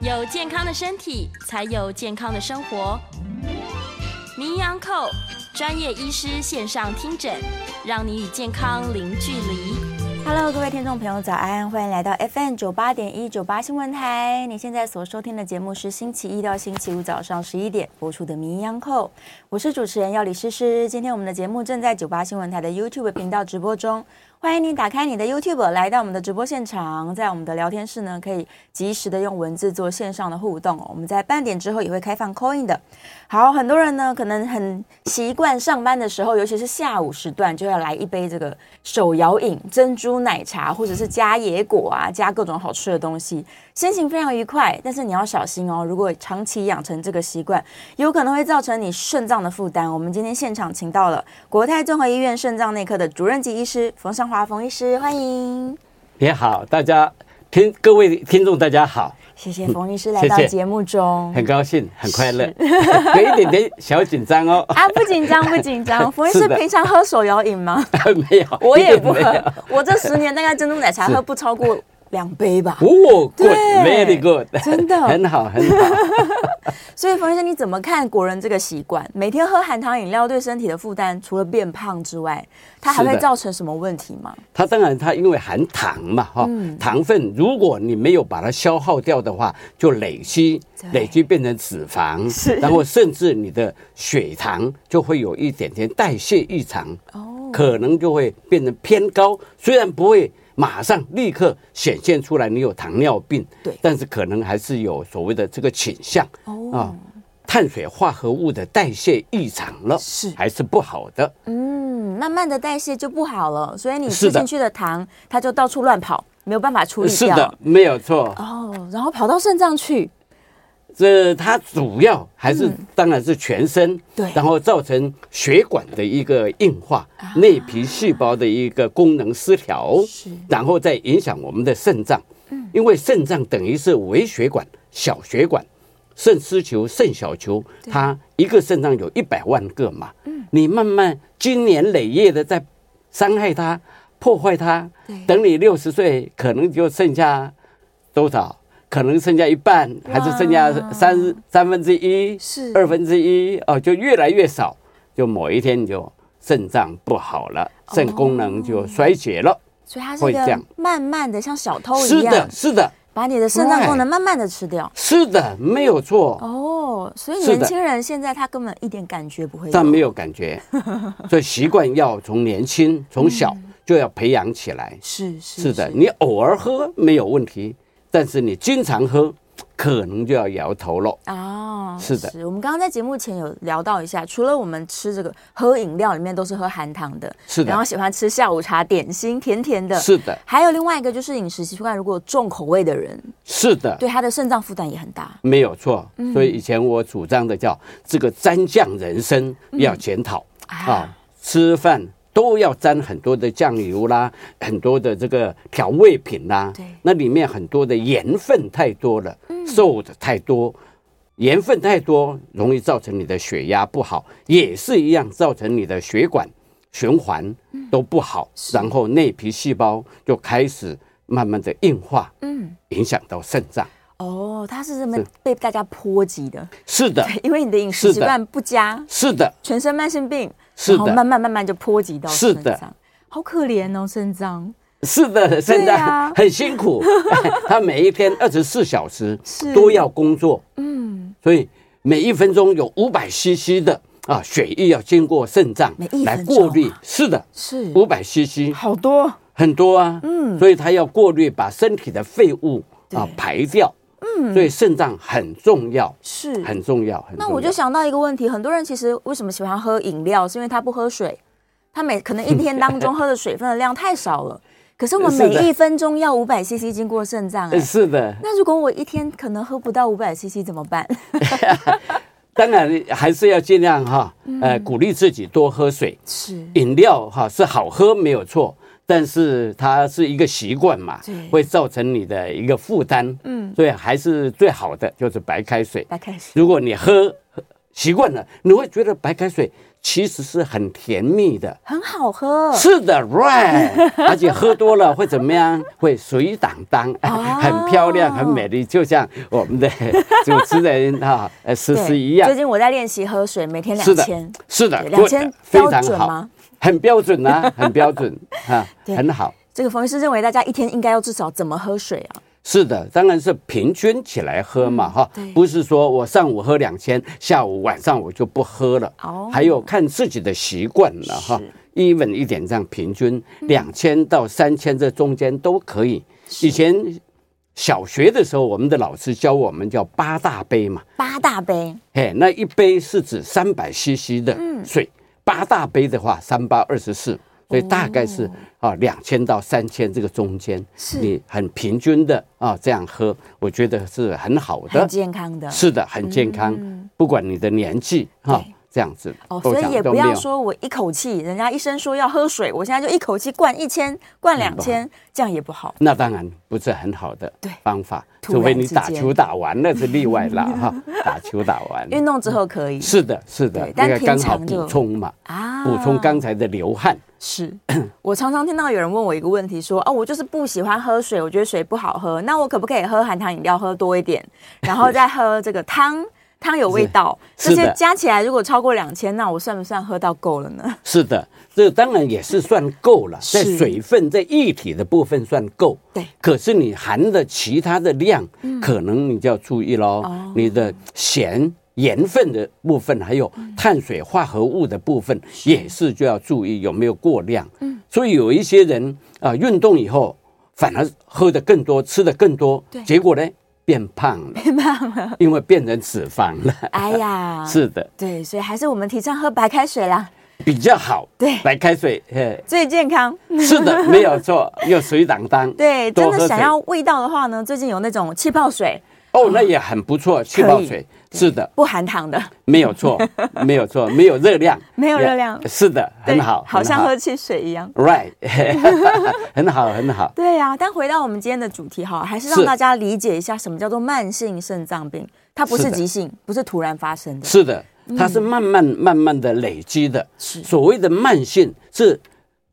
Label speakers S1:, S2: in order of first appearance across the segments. S1: 有健康的身体，才有健康的生活。名医 Uncle 专业医师线上听诊，让你与健康零距离。
S2: Hello，各位听众朋友，早安！欢迎来到 FM 九八点一九八新闻台。你现在所收听的节目是星期一到星期五早上十一点播出的《名医央叩》，我是主持人要李诗诗。今天我们的节目正在九八新闻台的 YouTube 频道直播中，欢迎你打开你的 YouTube 来到我们的直播现场，在我们的聊天室呢，可以及时的用文字做线上的互动。哦我们在半点之后也会开放 Coin 的。好，很多人呢可能很习惯上班的时候，尤其是下午时段，就要来一杯这个手摇饮、珍珠奶茶，或者是加野果啊，加各种好吃的东西，心情非常愉快。但是你要小心哦，如果长期养成这个习惯，有可能会造成你肾脏的负担。我们今天现场请到了国泰综合医院肾脏内科的主任级医师冯尚华冯医师，欢迎。
S3: 你好，大家听各位听众大家好，
S2: 谢谢冯医师来
S3: 谢
S2: 到
S3: 谢
S2: 节目中。
S3: 很高兴，很快 乐，有一点点小紧张哦，
S2: 啊，不紧张，不紧张。冯医师
S3: 是的
S2: 平常喝手摇饮吗？
S3: 没有，
S2: 我
S3: 一
S2: 也
S3: 点
S2: 不
S3: 没有
S2: 喝，我这十年大概珍珠奶茶喝不超过两杯吧。
S3: 哦
S2: 对
S3: ，good，very good，
S2: 真的
S3: 很好，很好。
S2: 所以冯医生，你怎么看国人这个习惯？每天喝含糖饮料对身体的负担，除了变胖之外，它还
S3: 是
S2: 会
S3: 的
S2: 造成什么问题吗？
S3: 它当然，它因为含糖嘛，哈、
S2: 嗯
S3: 糖分如果你没有把它消耗掉的话，就累积
S2: 对，
S3: 累积变成脂肪
S2: 是，
S3: 然后甚至你的血糖就会有一点点代谢异常，
S2: 哦，
S3: 可能就会变得偏高，虽然不会马上立刻显现出来你有糖尿病，
S2: 对
S3: 但是可能还是有所谓的这个倾向
S2: 哦
S3: 啊，碳水化合物的代谢异常了，
S2: 是
S3: 还是不好的，
S2: 嗯，慢慢的代谢就不好了，所以你
S3: 是
S2: 吃
S3: 的
S2: 进去的糖，它就到处乱跑，没有办法处理
S3: 是
S2: 掉。
S3: 的，没有错，
S2: 哦，然后跑到肾脏去，
S3: 这它主要还是当然是全身，
S2: 对
S3: 然后造成血管的一个硬化，内皮细胞的一个功能失调，
S2: 是
S3: 然后再影响我们的肾脏，因为肾脏等于是微血管、小血管、肾丝球、肾小球，它一个肾脏有一百万个嘛，你慢慢经年累月的在伤害它、破坏它
S2: 对，
S3: 等你六十岁，可能就剩下多少？可能剩下一半，还是剩下
S2: 哇
S3: 三三分之一、
S2: 是
S3: 二分之一哦，就越来越少。就某一天你就肾脏不好了，
S2: 哦
S3: 肾功能就衰竭了。
S2: 所以它是
S3: 会
S2: 一
S3: 这
S2: 个
S3: 样
S2: 慢慢的像小偷
S3: 是
S2: 哦一
S3: 的
S2: 样，，
S3: 是的，
S2: 把你的肾脏功能
S3: 对
S2: 慢慢的吃掉。
S3: 是的，没有错，
S2: 哦，所以
S3: 是的
S2: 年轻人现在他根本一点感觉不会有，
S3: 但没有感觉， 所以习惯要从年轻、从小就要培养起来。
S2: 是嗯是
S3: 是的，你偶尔喝没有问题，但是你经常喝，可能就要摇头了。
S2: 啊，
S3: 是的
S2: 我们刚刚在节目前有聊到一下，除了我们吃这个喝饮料里面都是喝含糖的，
S3: 是的
S2: 然后喜欢吃下午茶点心，甜甜的，
S3: 是的，
S2: 还有另外一个就是饮食习惯，如果重口味的人，
S3: 是的，
S2: 对他嗯的肾脏负担也很大。
S3: 没有错。所以以前我主张的叫这个沾酱人生要检讨、
S2: 啊
S3: 啊，吃饭。都要沾很多的酱油啦，很多的这个调味品啦
S2: 对，嗯
S3: 那里面很多的盐分太多了，瘦的太多，盐分太多容易造成你的血压不好，也是一样造成你的血管循环
S2: 嗯
S3: 都不好，然后内皮细胞就开始慢慢的硬化，
S2: 嗯，
S3: 影响到肾脏。
S2: 哦，他是这么
S3: 是
S2: 被大家波及的，
S3: 是的，
S2: 因为你的饮
S3: 是
S2: 食
S3: 的
S2: 习惯不佳，
S3: 是的，
S2: 全身慢性病，
S3: 是的
S2: 然后慢慢慢慢就波及到
S3: 是
S2: 肾
S3: 的
S2: 脏，好可怜哦，肾脏
S3: 是的，现
S2: 啊
S3: 在很 辛苦，他每一天二十四小时
S2: 是
S3: 都要工作，
S2: 嗯，
S3: 所以每一分钟有五百 CC 的啊血液要经过肾脏
S2: 每一分钟啊
S3: 来过滤，是的，
S2: 是
S3: 五百 CC
S2: 好多，
S3: 很多啊，嗯，所以他要过滤把身体的废物啊
S2: 对
S3: 排掉，嗯，所以肾脏很重要，
S2: 是
S3: 很重要，很重
S2: 那
S3: 要。
S2: 我就想到一个问题，很多人其实为什么喜欢喝饮料，是因为他不喝水，他每可能一天当中喝的水分的量太少了。可是我们
S3: 是的
S2: 每一分钟要五百 CC 经过肾脏、
S3: 呃，
S2: 哎，
S3: 是的，
S2: 那如果我一天可能喝不到五百 CC 怎么办？
S3: 当然还是要尽量哈，
S2: 嗯
S3: 呃，鼓励自己多喝水，
S2: 是
S3: 饮料哈是好喝没有错，但是它是一个习惯嘛
S2: 对，
S3: 会造成你的一个负担。嗯，所以还是最好的就是白开水。
S2: 白开水
S3: 如果你喝喝习惯了，你会觉得白开水其实是很甜蜜的。
S2: 很好喝，
S3: 是的，right，而 且喝多了会怎么样？会水当当，
S2: 哦
S3: 很漂亮，很美丽，就像我们的主持人哈，呃，诗
S2: 对
S3: 诗一样
S2: 最。近我在练习喝水，每天
S3: 是
S2: 两
S3: 的
S2: 千，，
S3: 是的
S2: 对，
S3: good，
S2: 2000
S3: 非
S2: 标
S3: 常
S2: 准
S3: 好
S2: 吗，
S3: 很标 准啊，很标准啊，
S2: 对
S3: 很好。
S2: 这个冯医师认为大家一天应该要至少怎么喝水啊？
S3: 是的，当然是平均起来喝嘛，哈、
S2: 嗯对
S3: 不是说我上午喝两千，下午晚上我就不喝了，
S2: 哦
S3: 还有看自己的习惯了哈
S2: 是。嗯
S3: even 一点这样平均，两千到三千这中间都可以。以前小学的时候，我们的老师教我们叫八大杯嘛，
S2: 八大杯，
S3: 嘿，那一杯是指三百 CC 的
S2: 嗯
S3: 水，八大杯的话三八二十四，所以大概是啊两千到三千这个中间，
S2: 哦是
S3: 你很平均的啊这样喝，我觉得是很好
S2: 很
S3: 的，
S2: 健康的。
S3: 是的，很健康，不管你的年纪哈、
S2: 对
S3: 这样子
S2: 哦，
S3: 我
S2: 所以
S3: 想
S2: 也
S3: 都
S2: 不
S3: 没
S2: 要
S3: 有
S2: 说我一口气，人家医生说要喝水，我现在就一口气灌一千、
S3: 嗯
S2: 灌两千，这样也不好。
S3: 那当然不是很好的
S2: 对
S3: 方法，
S2: 突
S3: 除非
S2: 然
S3: 你
S2: 之
S3: 打
S2: 间
S3: 球打完那是例外 啦哈，打球打完。
S2: 运动之后可以
S3: 嗯是的，是的
S2: 对，
S3: 那
S2: 但
S3: 个
S2: 平
S3: 刚好
S2: 常就
S3: 补充嘛，
S2: 啊
S3: 补充刚才的流汗。
S2: 是我常常听到有人问我一个问题，说哦，我就是不喜欢喝水，我觉得水不好喝，那我可不可以喝含糖饮料喝多一点，然后再喝这个汤？汤有味道，这
S3: 是是
S2: 些
S3: 的
S2: 加起来如果超过两千，那我算不算喝到够了呢？
S3: 是的，这当然也是算够了，在
S2: 是
S3: 水分在液体的部分算够。
S2: 对
S3: 可是你含的其他的量，可能你就要注意喽。
S2: 哦
S3: 你的咸盐分的部分，还有碳水化合物的部分，也嗯是就要注意有没有过量。嗯，所以有一些人啊、运动以后反而喝的更多，吃的更多
S2: 对，
S3: 结果呢变胖了，变胖了，啊因为变成脂肪了。
S2: 哎呀，
S3: 是的，
S2: 对，所以还是我们提倡喝白开水啦，
S3: 比较好。
S2: 对
S3: 白开水，嘿。
S2: 最健康。
S3: 是的，没有错，又水当当。
S2: 对，真
S3: 多
S2: 的
S3: 喝
S2: 想
S3: 水
S2: 要味道的话呢，最近有那种气泡水，
S3: 哦，那也很不错，气泡水。是的，
S2: 不含糖的，
S3: 没 有错，没有错，没有热量，
S2: 没有热量
S3: 也是的，
S2: 对
S3: 很好，
S2: 好像
S3: 很
S2: 喝汽水一样。
S3: Right，很好，很好。
S2: 对呀、但回到我们今天的主题哈，还是让
S3: 是
S2: 大家理解一下什么叫做慢性肾脏病，它不
S3: 是
S2: 是
S3: 的
S2: 急性，不是突然发生的。
S3: 是的，它是慢慢慢慢的累积的。
S2: 嗯是
S3: 所谓的慢性是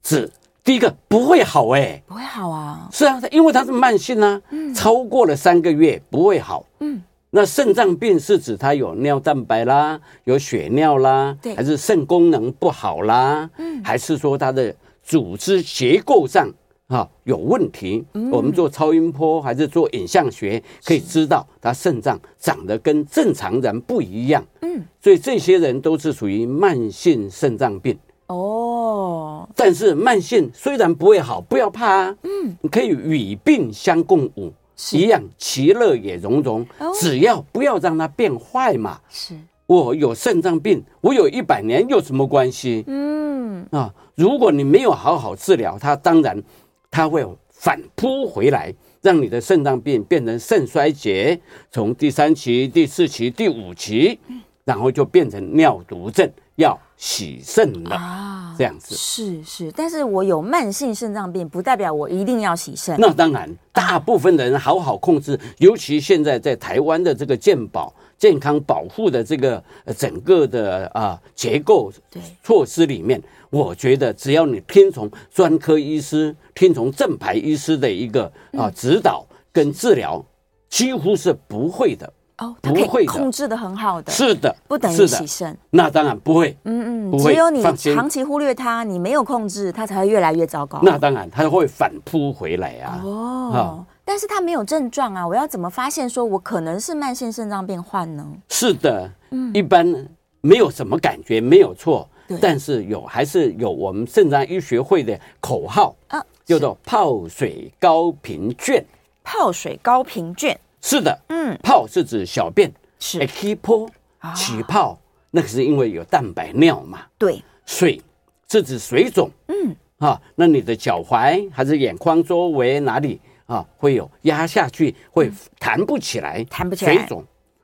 S3: 指第一个不会好哎、
S2: 不会好啊，
S3: 是啊，因为它是慢性啊，超过了三个月不会好。
S2: 嗯
S3: 那肾脏病是指它有尿蛋白啦，有血尿啦
S2: 对，
S3: 还是肾功能不好啦，嗯，还是说它的组织结构上啊有问题？
S2: 嗯
S3: 我们做超音波还是做影像学，可以知道他肾脏长得跟正常人不一样。
S2: 嗯，
S3: 所以这些人都是属于慢性肾脏病。
S2: 哦，
S3: 但是慢性虽然不会好，不要怕啊，嗯，你可以与病相共舞，
S2: 是
S3: 一样其乐也融融，
S2: 哦
S3: 只要不要让它变坏嘛。
S2: 是，
S3: 我有肾脏病，我有一百年有什么关系
S2: 嗯，
S3: 啊？如果你没有好好治疗，它当然它会反扑回来，让你的肾脏病变成肾衰竭，从第三期、第四期、第五期，
S2: 嗯
S3: 然后就变成尿毒症，要洗肾了，
S2: 啊，
S3: 这样子。
S2: 是是，但是我有慢性肾脏病，不代表我一定要洗肾。
S3: 那当然，大部分的人好好控制，尤其现在在台湾的这个健保健康保护的这个呃整个的啊、结构
S2: 对
S3: 措施里面，我觉得只要你听从专科医师、听从正牌医师的一个啊、
S2: 嗯
S3: 指导跟治疗，几乎是不会的。
S2: 哦，它可
S3: 不
S2: 以
S3: 会的
S2: 控制的很好的，
S3: 是的，
S2: 不等于
S3: 是
S2: 洗
S3: 的，
S2: 肾。
S3: 那当然不会。
S2: 嗯嗯，
S3: 不
S2: 只
S3: 会
S2: 有你
S3: 放心
S2: 长期忽略它，你没有控制，它才会越来越糟糕。
S3: 那当然，它会反扑回来啊。
S2: 哦，但是它没有症状啊，我要怎么发现说我可能是慢性肾脏病患呢？
S3: 是的，一般没有什么感觉，没有错
S2: 嗯对。
S3: 但是有还是有我们肾脏医学会的口号，
S2: 啊，
S3: 叫做“泡水高频卷
S2: 泡水高频卷，”。
S3: 是的，
S2: 嗯，
S3: 泡是指小便，
S2: 是啊
S3: 哎，起泡起泡，那个是因为有蛋白尿嘛。
S2: 对，
S3: 水是指水肿，嗯，啊，那你的脚踝还是眼眶周围哪里啊会有压下去，会弹不起来，
S2: 嗯弹不起来
S3: 水肿，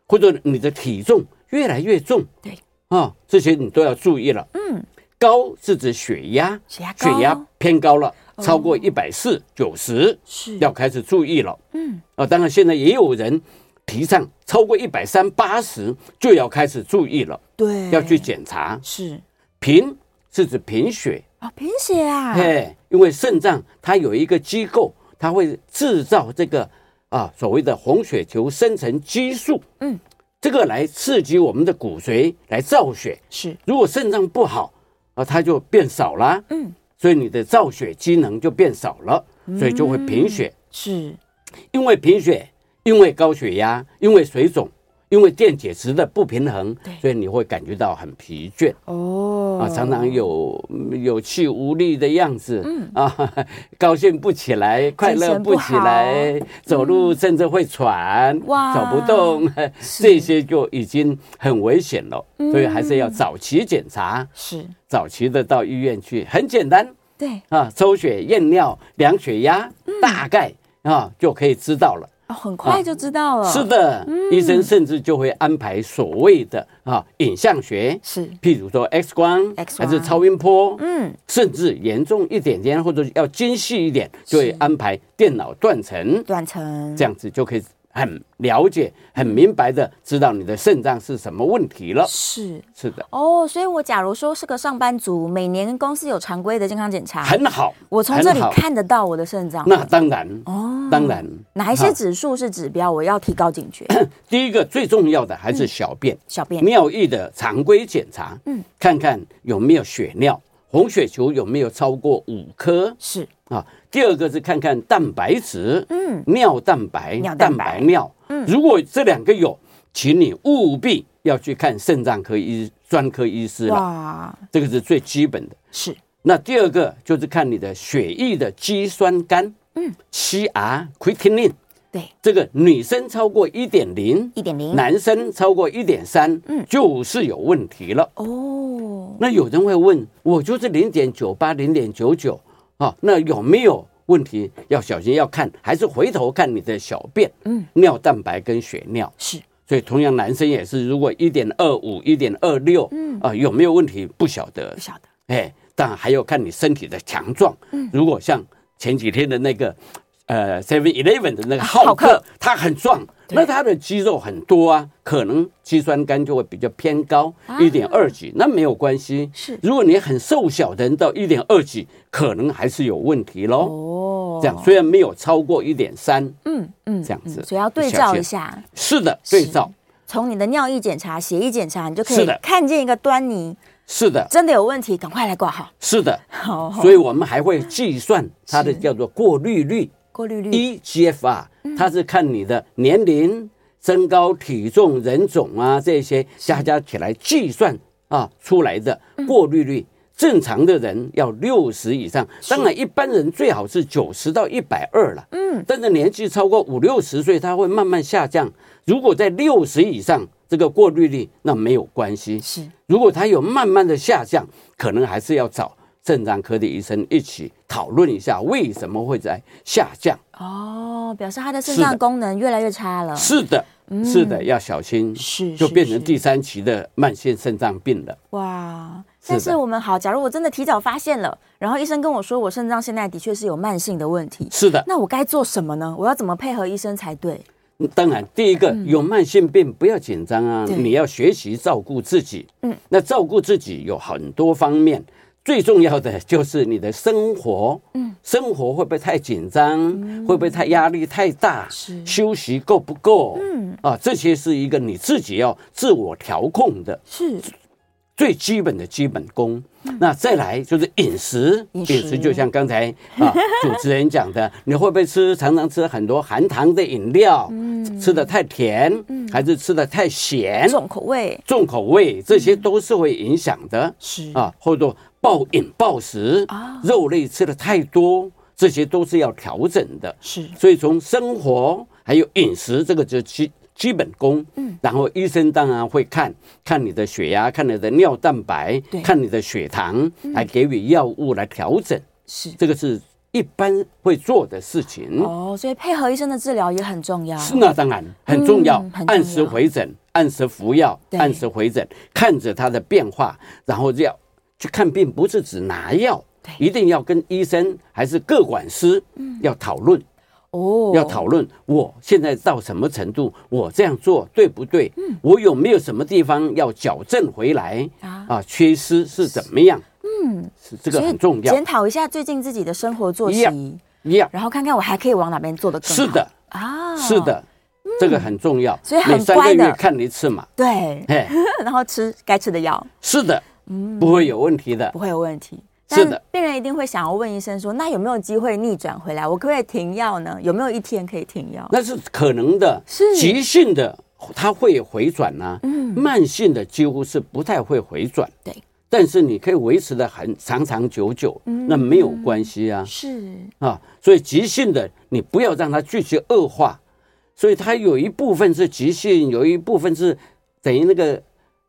S3: 或者你的体重越来越重，
S2: 对，
S3: 啊，这些你都要注意了。嗯，高是指血压，
S2: 血压
S3: 血
S2: 高哦
S3: 压偏高了，超过一百四九十
S2: 是
S3: 要开始注意了。
S2: 嗯，
S3: 啊，当然现在也有人提倡超过一百三八十就要开始注意了，
S2: 对，
S3: 要去检查。
S2: 是
S3: 贫是指贫血，
S2: 哦，贫血啊，
S3: 哎，因为肾脏它有一个机构，它会制造这个啊所谓的红血球生成激素，
S2: 嗯，
S3: 这个来刺激我们的骨髓来造血。
S2: 是，
S3: 如果肾脏不好啊，它就变少了，
S2: 嗯，
S3: 所以你的造血机能就变少了，所以就会贫血。
S2: 是，
S3: 因为贫血，因为高血压，因为水肿，因为电解质的不平衡
S2: 对，
S3: 所以你会感觉到很疲倦。
S2: 哦，
S3: 啊，常常有嗯有气无力的样子，
S2: 嗯
S3: 啊， 高兴不起来，快乐
S2: 神不
S3: 不起来，走路甚至会喘，
S2: 哇
S3: 走不动，这些就已经很危险了，
S2: 嗯
S3: 所以还是要早期检查，
S2: 是，
S3: 早期的到医院去，很简单
S2: 对，
S3: 啊，抽血、验尿、量血压，
S2: 嗯
S3: 大概啊就可以知道了。
S2: 哦，很快就知道了，
S3: 是，的，
S2: 嗯
S3: 医生甚至就会安排所谓的啊影像学，
S2: 是，
S3: 譬如说 X 光
S2: X
S3: 还是
S2: 光
S3: 超音波，
S2: 嗯，
S3: 甚至严重一点点，或者要精细一点，就会安排电脑断层，
S2: 短程
S3: 这样子就可以很了解、很明白的知道你的肾脏是什么问题了。
S2: 是。
S3: 是的，
S2: 哦，所以我假如说是个上班族，每年公司有常规的健康检查，
S3: 很好，
S2: 我从这里
S3: 很好。
S2: 看得到我的肾脏。
S3: 那当然，
S2: 哦，
S3: 当然，
S2: 哪一些
S3: 啊
S2: 指数是指标，我要提高警觉？
S3: 第一个最重要的还
S2: 嗯
S3: 是小便。
S2: 小便
S3: 尿液的常规检查，
S2: 嗯
S3: 嗯，看看有没有血尿，红血球有没有超过五颗
S2: 是，
S3: 啊。第二个是看看蛋白质，
S2: 嗯，
S3: 尿蛋白、
S2: 尿蛋白嗯
S3: 尿，如果这两个有，请你务必要去看肾脏科医专科医师了，
S2: 哇，
S3: 这个是最基本的。
S2: 是
S3: 那第二个就是看你的血液的肌酸酐，
S2: 嗯
S3: 嗯，CR creatinine，
S2: 对，
S3: 这个女生超过一点零，
S2: 一点零
S3: 男生超过一点三，
S2: 嗯
S3: 就是有问题了。
S2: 哦，
S3: 那有人会问，我就是零点九八、零点九九啊，那有没有问题？要小心，要看，还是回头看你的小便、
S2: 嗯，
S3: 尿蛋白跟血尿。
S2: 是
S3: 所以同样，男生也是，如果一点二五、一点二六，嗯啊，有没有问题不晓得
S2: 不，晓得
S3: 哎，但还要看你身体的强壮。嗯，如果像前几天的那个。呃，Seven Eleven 的那个
S2: 啊浩
S3: 浩
S2: 克
S3: 克，他很壮，
S2: 对
S3: 那他的肌肉很多啊，可能肌酸酐就会比较偏高，一点二几，那没有关系。
S2: 啊是
S3: 如果你很瘦小的人到一点二几，可能还是有问题喽。
S2: 哦，
S3: 这样虽然没有超过一点三，
S2: 嗯嗯
S3: 这样子
S2: 嗯所以要对照一下，
S3: 是的，对照
S2: 从你的尿液检查、血液检查，你就可
S3: 是
S2: 以
S3: 的
S2: 看见一个端倪，
S3: 是的，
S2: 真的有问题，赶快来挂号。
S3: 是的。
S2: 好，
S3: 所以我们还会计算它的
S2: 哦是
S3: 叫做过滤率
S2: 过滤率
S3: E （eGFR），它啊
S2: 嗯
S3: 是看你的年龄、身高、体重、人种啊这些加加起来计算啊出来的
S2: 嗯
S3: 过滤率。正常的人要六十以上，当然一般人最好是九十到一百二了。
S2: 嗯，
S3: 但是年纪超过五六十岁，它会慢慢下降。如果在六十以上，这个过滤率那没有关系。
S2: 是
S3: 如果它有慢慢的下降，可能还是要找肾脏科的医生一起讨论一下为什么会在下降。
S2: 哦，表示他的肾
S3: 是的
S2: 脏功能越来越差了。
S3: 是的，是的，要小心，
S2: 嗯是
S3: 就是变
S2: 是
S3: 成第三期的慢性肾脏病了。
S2: 哇！
S3: 是
S2: 但
S3: 的
S2: 是我们好，假如我真的提早发现了，然后医生跟我说我肾脏现在的确是有慢性的问题，
S3: 是的，
S2: 那我该做什么呢？我要怎么配合医生才对？
S3: 当然，第一个有慢性病不要紧张啊，
S2: 嗯对
S3: 你要学习照顾自己。
S2: 嗯，
S3: 那照顾自己有很多方面，最重要的就是你的生活。嗯，生活会不会太紧张？会不会太压力太大？
S2: 嗯是
S3: 休息够不够？嗯，啊，这些是一个你自己要自我调控的
S2: 是
S3: 最基本的基本功。那再来就是饮食，
S2: 嗯饮
S3: 饮
S2: 食
S3: 食就像刚才 啊主持人讲的，你会不会吃常常吃很多含糖的饮料，
S2: 嗯
S3: 吃的太甜，还是吃的太咸，
S2: 重口味，
S3: 重口味，这些都是会影响的
S2: 是
S3: 啊，或者暴饮暴食
S2: 嗯啊，
S3: 肉类吃的太多，这些都是要调整的。
S2: 是
S3: 所以从生活还有饮食，这个就是基基本功。嗯，然后医生当然会看看你的血压，看你的尿蛋白
S2: 对，嗯
S3: 看你的血糖，来给予药物来调整。
S2: 是
S3: 这个是一般会做的事情。
S2: 哦，所以配合医生的治疗也很重要。
S3: 嗯是那当然很重要，
S2: 嗯很重要
S3: 按时回诊，按时服药，
S2: 对
S3: 按时回诊，看着它的变化，然后要去看病，不是只拿药，
S2: 对嗯
S3: 一定要跟医生还是各管师要讨论。
S2: 哦
S3: 要讨论我现在到什么程度，我这样做对不对？
S2: 嗯
S3: 我有没有什么地方要矫正回来
S2: 啊
S3: 啊？缺失是怎么样？嗯，是这个
S2: 所以
S3: 很重要
S2: 检。讨一下最近自己的生活作
S3: 一样
S2: 息，
S3: 一样
S2: 然后看看我还可以往哪边做得更好。
S3: 是的，
S2: 啊，
S3: 是，的，这个很重要。
S2: 所以很
S3: 每三
S2: 乖
S3: 个
S2: 的
S3: 月看一次嘛，
S2: 对，
S3: 哎，
S2: 然后吃该吃的药，
S3: 是的，
S2: 嗯
S3: 不会有问题的
S2: 不。会有问题。
S3: 是
S2: 但
S3: 的
S2: 病人一定会想要问医生说，那有没有机会逆转回来？我可不可以停药呢？有没有一天可以停药？
S3: 那是可能的，
S2: 是嗯
S3: 急性的，它会回转呐、慢性的几乎是不太会回转。
S2: 对，
S3: 但是你可以维持的很长长久久，
S2: 嗯
S3: 那没有关系啊
S2: 是
S3: 啊！所以急性的你不要让它继续恶化，所以它有一部分是急性，有一部分是等于那个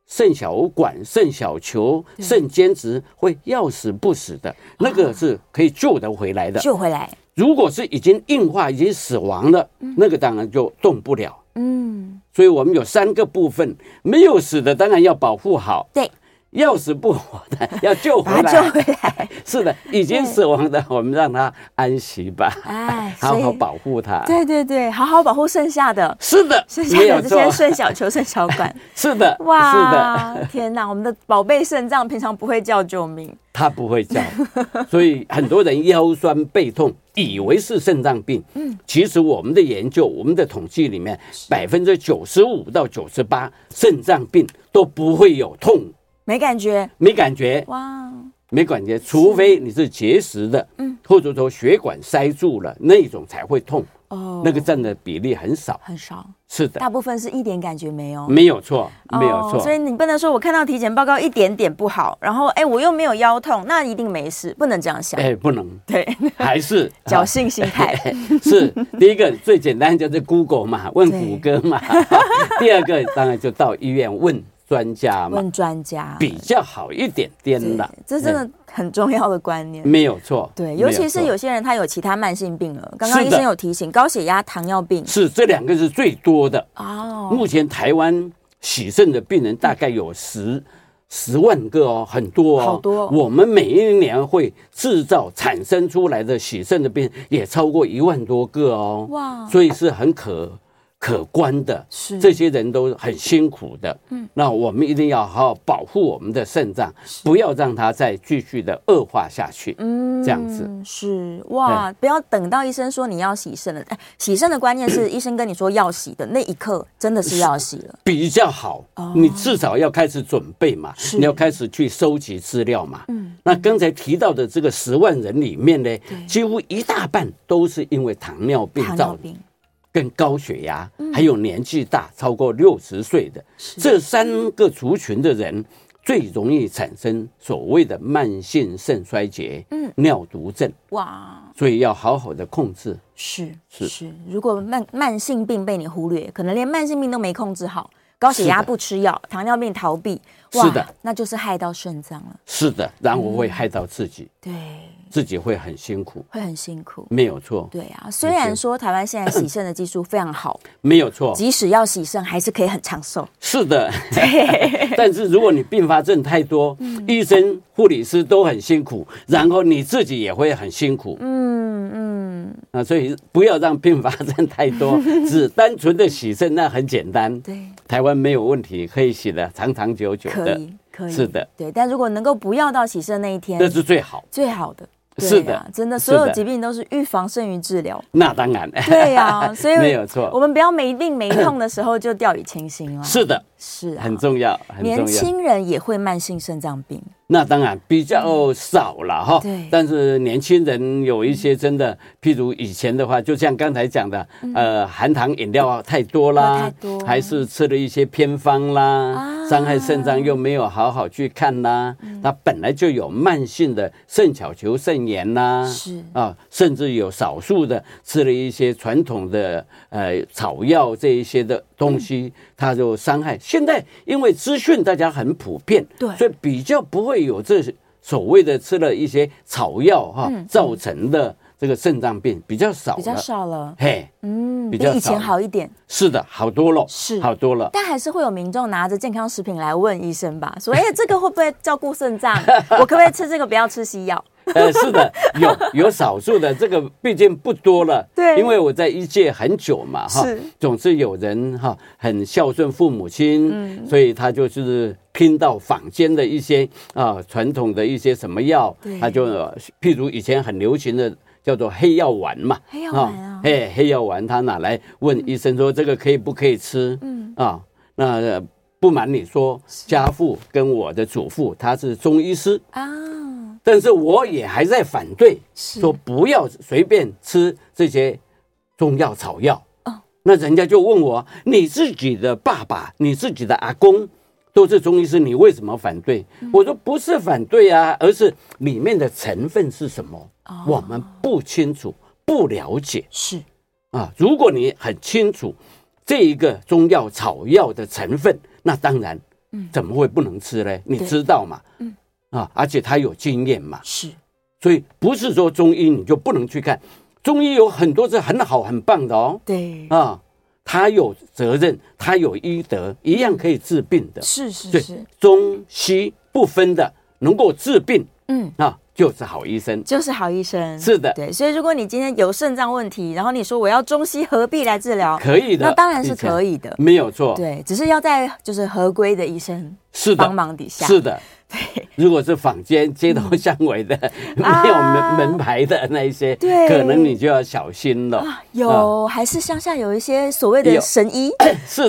S3: 肾小管、肾小球、肾间质会要死不死的，那个是可以救得回来的。
S2: 救回来，
S3: 如果是已经硬化、已经死亡了，那个当然就动不了。
S2: 嗯，
S3: 所以我们有三个部分，没有死的当然要保护好，
S2: 对，
S3: 要死不活的要救回
S2: 把它救
S3: 来。
S2: 回来，
S3: 是的，已经死亡的，我们让他安息吧，
S2: 哎，
S3: 好好
S2: 所以
S3: 保护他。
S2: 对对对，好好保护剩下的。
S3: 是的
S2: 剩，下
S3: 没
S2: 的
S3: 有
S2: 这
S3: 错
S2: 些，肾小球、肾小管，
S3: 是的，是的，
S2: 哇，天哪！我们的宝贝肾脏平常不会叫救命，
S3: 他不会叫， 所以很多人腰酸背痛，以为是肾脏病。嗯，其实我们的研究、我们的统计里面，百分之九十五到九十八肾脏病都不会有痛，
S2: 没感觉
S3: 没感觉。
S2: 哇，
S3: 没感觉，除非你是结石的，嗯，或者说血管塞住了那种才会痛，
S2: 哦，
S3: 那个占的比例很少。
S2: 很少，
S3: 是的，
S2: 大部分是一点感觉没有，
S3: 没有错，
S2: 哦
S3: 嗯没有错。
S2: 所以你不能说我看到体检报告一点点不好，然后哎我又没有腰痛，那一定没事，不能这样想。
S3: 哎，不能，
S2: 对，
S3: 还是
S2: 侥幸心态
S3: 是第一个最简单就是 Google 嘛，问
S2: 对
S3: 谷歌嘛。 第二个当然就到医院问专家嘛，
S2: 问专家，
S3: 比较好一点点啦
S2: 对。这真
S3: 哎
S2: 的很重要的观念。
S3: 没有错，
S2: 对，
S3: 嗯没
S2: 尤其是
S3: 错
S2: 有些人他有其他慢性病了，刚刚医
S3: 是的
S2: 生有提醒，高血压、糖尿病
S3: 是这两个是最多的。
S2: 哦，
S3: 目前台湾洗肾的病人大概有十十万个哦，很多哦，
S2: 好多哦
S3: 我们每一年会制造产生出来的洗肾的病人也超过一万多个哦，
S2: 哇
S3: 所以是很可可观的。
S2: 是
S3: 这些人都很辛苦的，嗯，那我们一定要好好保护我们的肾脏，不要让它再继续的恶化下去。
S2: 嗯
S3: 这样子
S2: 是哇，不要等到医生说你要洗肾了，哎，洗肾的观念 是医生跟你说要洗的那一刻，真的是要洗了，
S3: 比较好，你至少要开始准备嘛，你要开始去收集资料嘛。嗯，那刚才提到的这个十万人里面呢，几乎一大半都是因为糖尿病
S2: 糖
S3: 造
S2: 尿
S3: 成，
S2: 病
S3: 跟高血压，还有年纪大超过六十岁的这三个族群的人，最容易产生所谓的慢性肾衰竭、
S2: 嗯
S3: 尿毒症，
S2: 哇。
S3: 所以要好好的控制。
S2: 是
S3: 是
S2: 是，如果慢慢性病被你忽略，可能连慢性病都没控制好，高血压
S3: 是的
S2: 不吃药，糖尿病逃避，
S3: 是的，
S2: 那就是害到肾脏了。
S3: 是的，然后会害到自己，
S2: 对，
S3: 自己会很辛苦，
S2: 会很辛苦。
S3: 没有错，
S2: 对啊，虽然说台湾现在洗肾的技术非常 好，
S3: 没有错。
S2: 即使要洗肾，还是可以很长寿。
S3: 是的， 但是如果你并发症太多，医生、护理师都很辛苦，然后你自己也会很辛苦。嗯嗯，啊，所以不要让并发症太多，只单纯的洗肾那很简单。
S2: 对，
S3: 台湾没有问题，可以洗的长长久久
S2: 可
S3: 的，
S2: 以，可以。
S3: 是的，
S2: 对。但如果能够不要到洗肾那一天
S3: 那，是最好。
S2: 最好的。对
S3: 是
S2: 啊
S3: 的
S2: 真的，
S3: 是
S2: 所有
S3: 的
S2: 疾病都是预防胜于治 疗。
S3: 那当然，
S2: 对啊呀、所以
S3: 没有
S2: 我
S3: 错，
S2: 们不要没病没痛的时候就掉以轻心了。
S3: 是的，
S2: 是啊，
S3: 很重要，很
S2: 年
S3: 重要。
S2: 轻人也会慢性肾脏病，
S3: 那当然比较少了哈，
S2: 对嗯
S3: 但是年轻人有一些真的，譬如以前的话，就像刚才讲的，呃，含糖饮料太多
S2: 喝嗯哦太
S3: 啦，
S2: 多
S3: 还是吃了一些偏方啦
S2: 啊，嗯
S3: 伤害肾脏又没有好好去看啦，他本来就有慢性的肾小球肾炎啦，
S2: 是
S3: 啊，甚至有少数的吃了一些传统的呃草药这一些的东
S2: 嗯
S3: 西，它就伤害。现在因为资讯大家很普遍，
S2: 对
S3: 所以比较不会有这所谓的吃了一些草药哈、造成的这个肾脏病比较少了，
S2: 嗯比较少了，
S3: 嘿，
S2: 嗯，
S3: 比较
S2: 以
S3: 少
S2: 前
S3: 了
S2: 好一点，
S3: 是的，好多了，
S2: 是
S3: 好多了。
S2: 但还是会有民众拿着健康食品来问医生吧，说：“哎、这个会不会照顾肾 脏？我可不可以吃这个，不要吃西药
S3: 呃，是的，有有少数的，这个毕竟不多了。
S2: 对
S3: 因为我在医界很久嘛，哈
S2: 是，
S3: 总是有人哈很孝顺父母亲，
S2: 嗯
S3: 所以他就是拼到坊间的一些啊传统的一些什么药
S2: 对，
S3: 他就呃譬如以前很流行的叫做黑药丸嘛，
S2: 黑药丸啊
S3: 哦嘿，黑药丸他拿来问医生说这个可以不可以吃？嗯啊，那。呃不瞒你说，家父跟我的祖父他是中医师，
S2: 啊？”
S3: 但是我也还在反对，
S2: 是
S3: 说不要随便吃这些中药草药。
S2: 哦
S3: 那人家就问我，你自己的爸爸、你自己的阿公都是中医师，你为什么反对？
S2: 嗯
S3: 我说不是反对啊，而是里面的成分是什么，
S2: 哦
S3: 我们不清楚、不了解。
S2: 是
S3: 啊，如果你很清楚这一个中药草药的成分，那当然，怎么会不能吃呢？你
S2: 嗯对
S3: 知道嘛？
S2: 嗯
S3: 啊，而且他有经验嘛，
S2: 是，
S3: 所以不是说中医你就不能去看，中医有很多是很好很棒的哦，
S2: 对，
S3: 啊，他有责任，他有医德，一样可以治病的，
S2: 是是
S3: 对
S2: 是，，
S3: 中西不分的，能够治病
S2: 嗯，
S3: 啊，就是好医生。
S2: 就是好医生。
S3: 是的
S2: 对，所以如果你今天有肾脏问题，然后你说我要中西合璧来治疗，
S3: 可以的，
S2: 那当然是可
S3: 以
S2: 以的。
S3: 没有错，
S2: 对，只是要在就是合规的医生
S3: 是的，
S2: 帮忙底下。嗯
S3: 是的，对。如果是坊间街头巷尾的， 没有
S2: 啊
S3: 门门牌的那一些，
S2: 对
S3: 可能你就要小心了。
S2: 啊，有还是乡下有一些所谓的
S3: 有
S2: 神 医，
S3: 是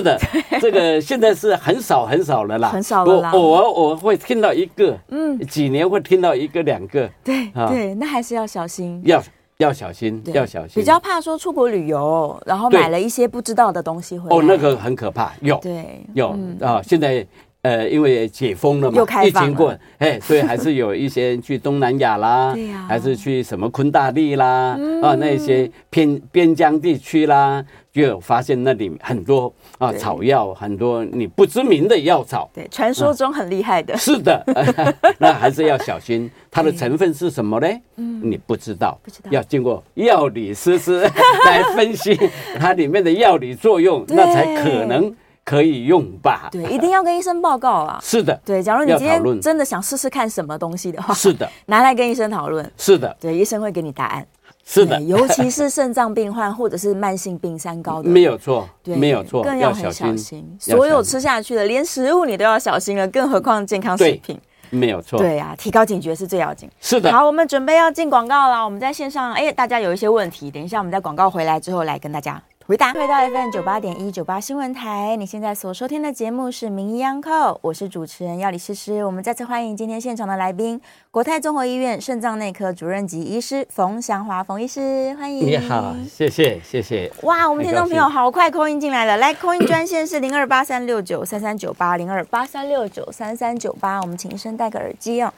S3: 的，这个现在是很少很少了啦，
S2: 很少了啦
S3: 我偶尔我会听到一个，嗯，几年会听到一个两个，
S2: 对
S3: 啊
S2: 对，那还是要小心。
S3: 要要小心，
S2: 对
S3: 要小心。哦
S2: 比较怕说出国旅游，然后
S3: 对
S2: 买了一些不知道的东西回来。
S3: 哦，那个很可怕，有
S2: 对，嗯
S3: 有啊，现在。呃，因为解封了嘛，
S2: 又开
S3: 疫
S2: 放了，
S3: 情过，哎，所以还是有一些人去东南亚啦
S2: 对呀嗯
S3: 还是去什么昆大利啦，啊，那些偏边疆地区啦，就有发现那里很多啊
S2: 对
S3: 草药，很多你不知名的药草，
S2: 对，传说中很厉害的。
S3: 是的， 那还是要小心，它的成分是什么呢？你不知道，
S2: 嗯不知道
S3: 要经过药理师师 来分析它里面的药理作用，
S2: 对
S3: 那才可能可以用吧？
S2: 对， 一定要跟医生报告啊。
S3: 是的，
S2: 对，假如你
S3: 要
S2: 今
S3: 讨
S2: 天
S3: 论
S2: 真的想试试看什么东西的话，
S3: 是的，
S2: 拿来跟医生讨论，
S3: 是的，
S2: 对，医生会给你答案。
S3: 是的
S2: 对，尤其是肾脏病患或者是慢性病三高的，
S3: 没有错，
S2: 对，
S3: 没有错，
S2: 更要
S3: 要
S2: 很
S3: 小
S2: 小
S3: 心
S2: 心。，
S3: 要
S2: 所有
S3: 小心
S2: 吃下去的，连食物你都要小心了，更何况健康食
S3: 对
S2: 品。
S3: 没有错，
S2: 对啊，提高警觉是最要紧。
S3: 是的，
S2: 好，我们准备要进广告了。我们在线上，哎，大家有一些问题，等一下我们在广告回来之后来跟大家回答。回到 FM 九八点一九八新闻台，你现在所收听的节目是《名医央叩》，我是主持人药理诗诗。我们再次欢迎今天现场的来宾，国泰综合医院肾脏内科主任级医师冯祥华冯医师，欢迎。
S3: 你好，谢谢，谢谢。
S2: 哇，我们听众朋友
S3: 很高兴
S2: 好快扣音进来了，来扣音 专线是零二八三六九三三九八零二八三六九三三九八，我们请医生戴个耳机哦。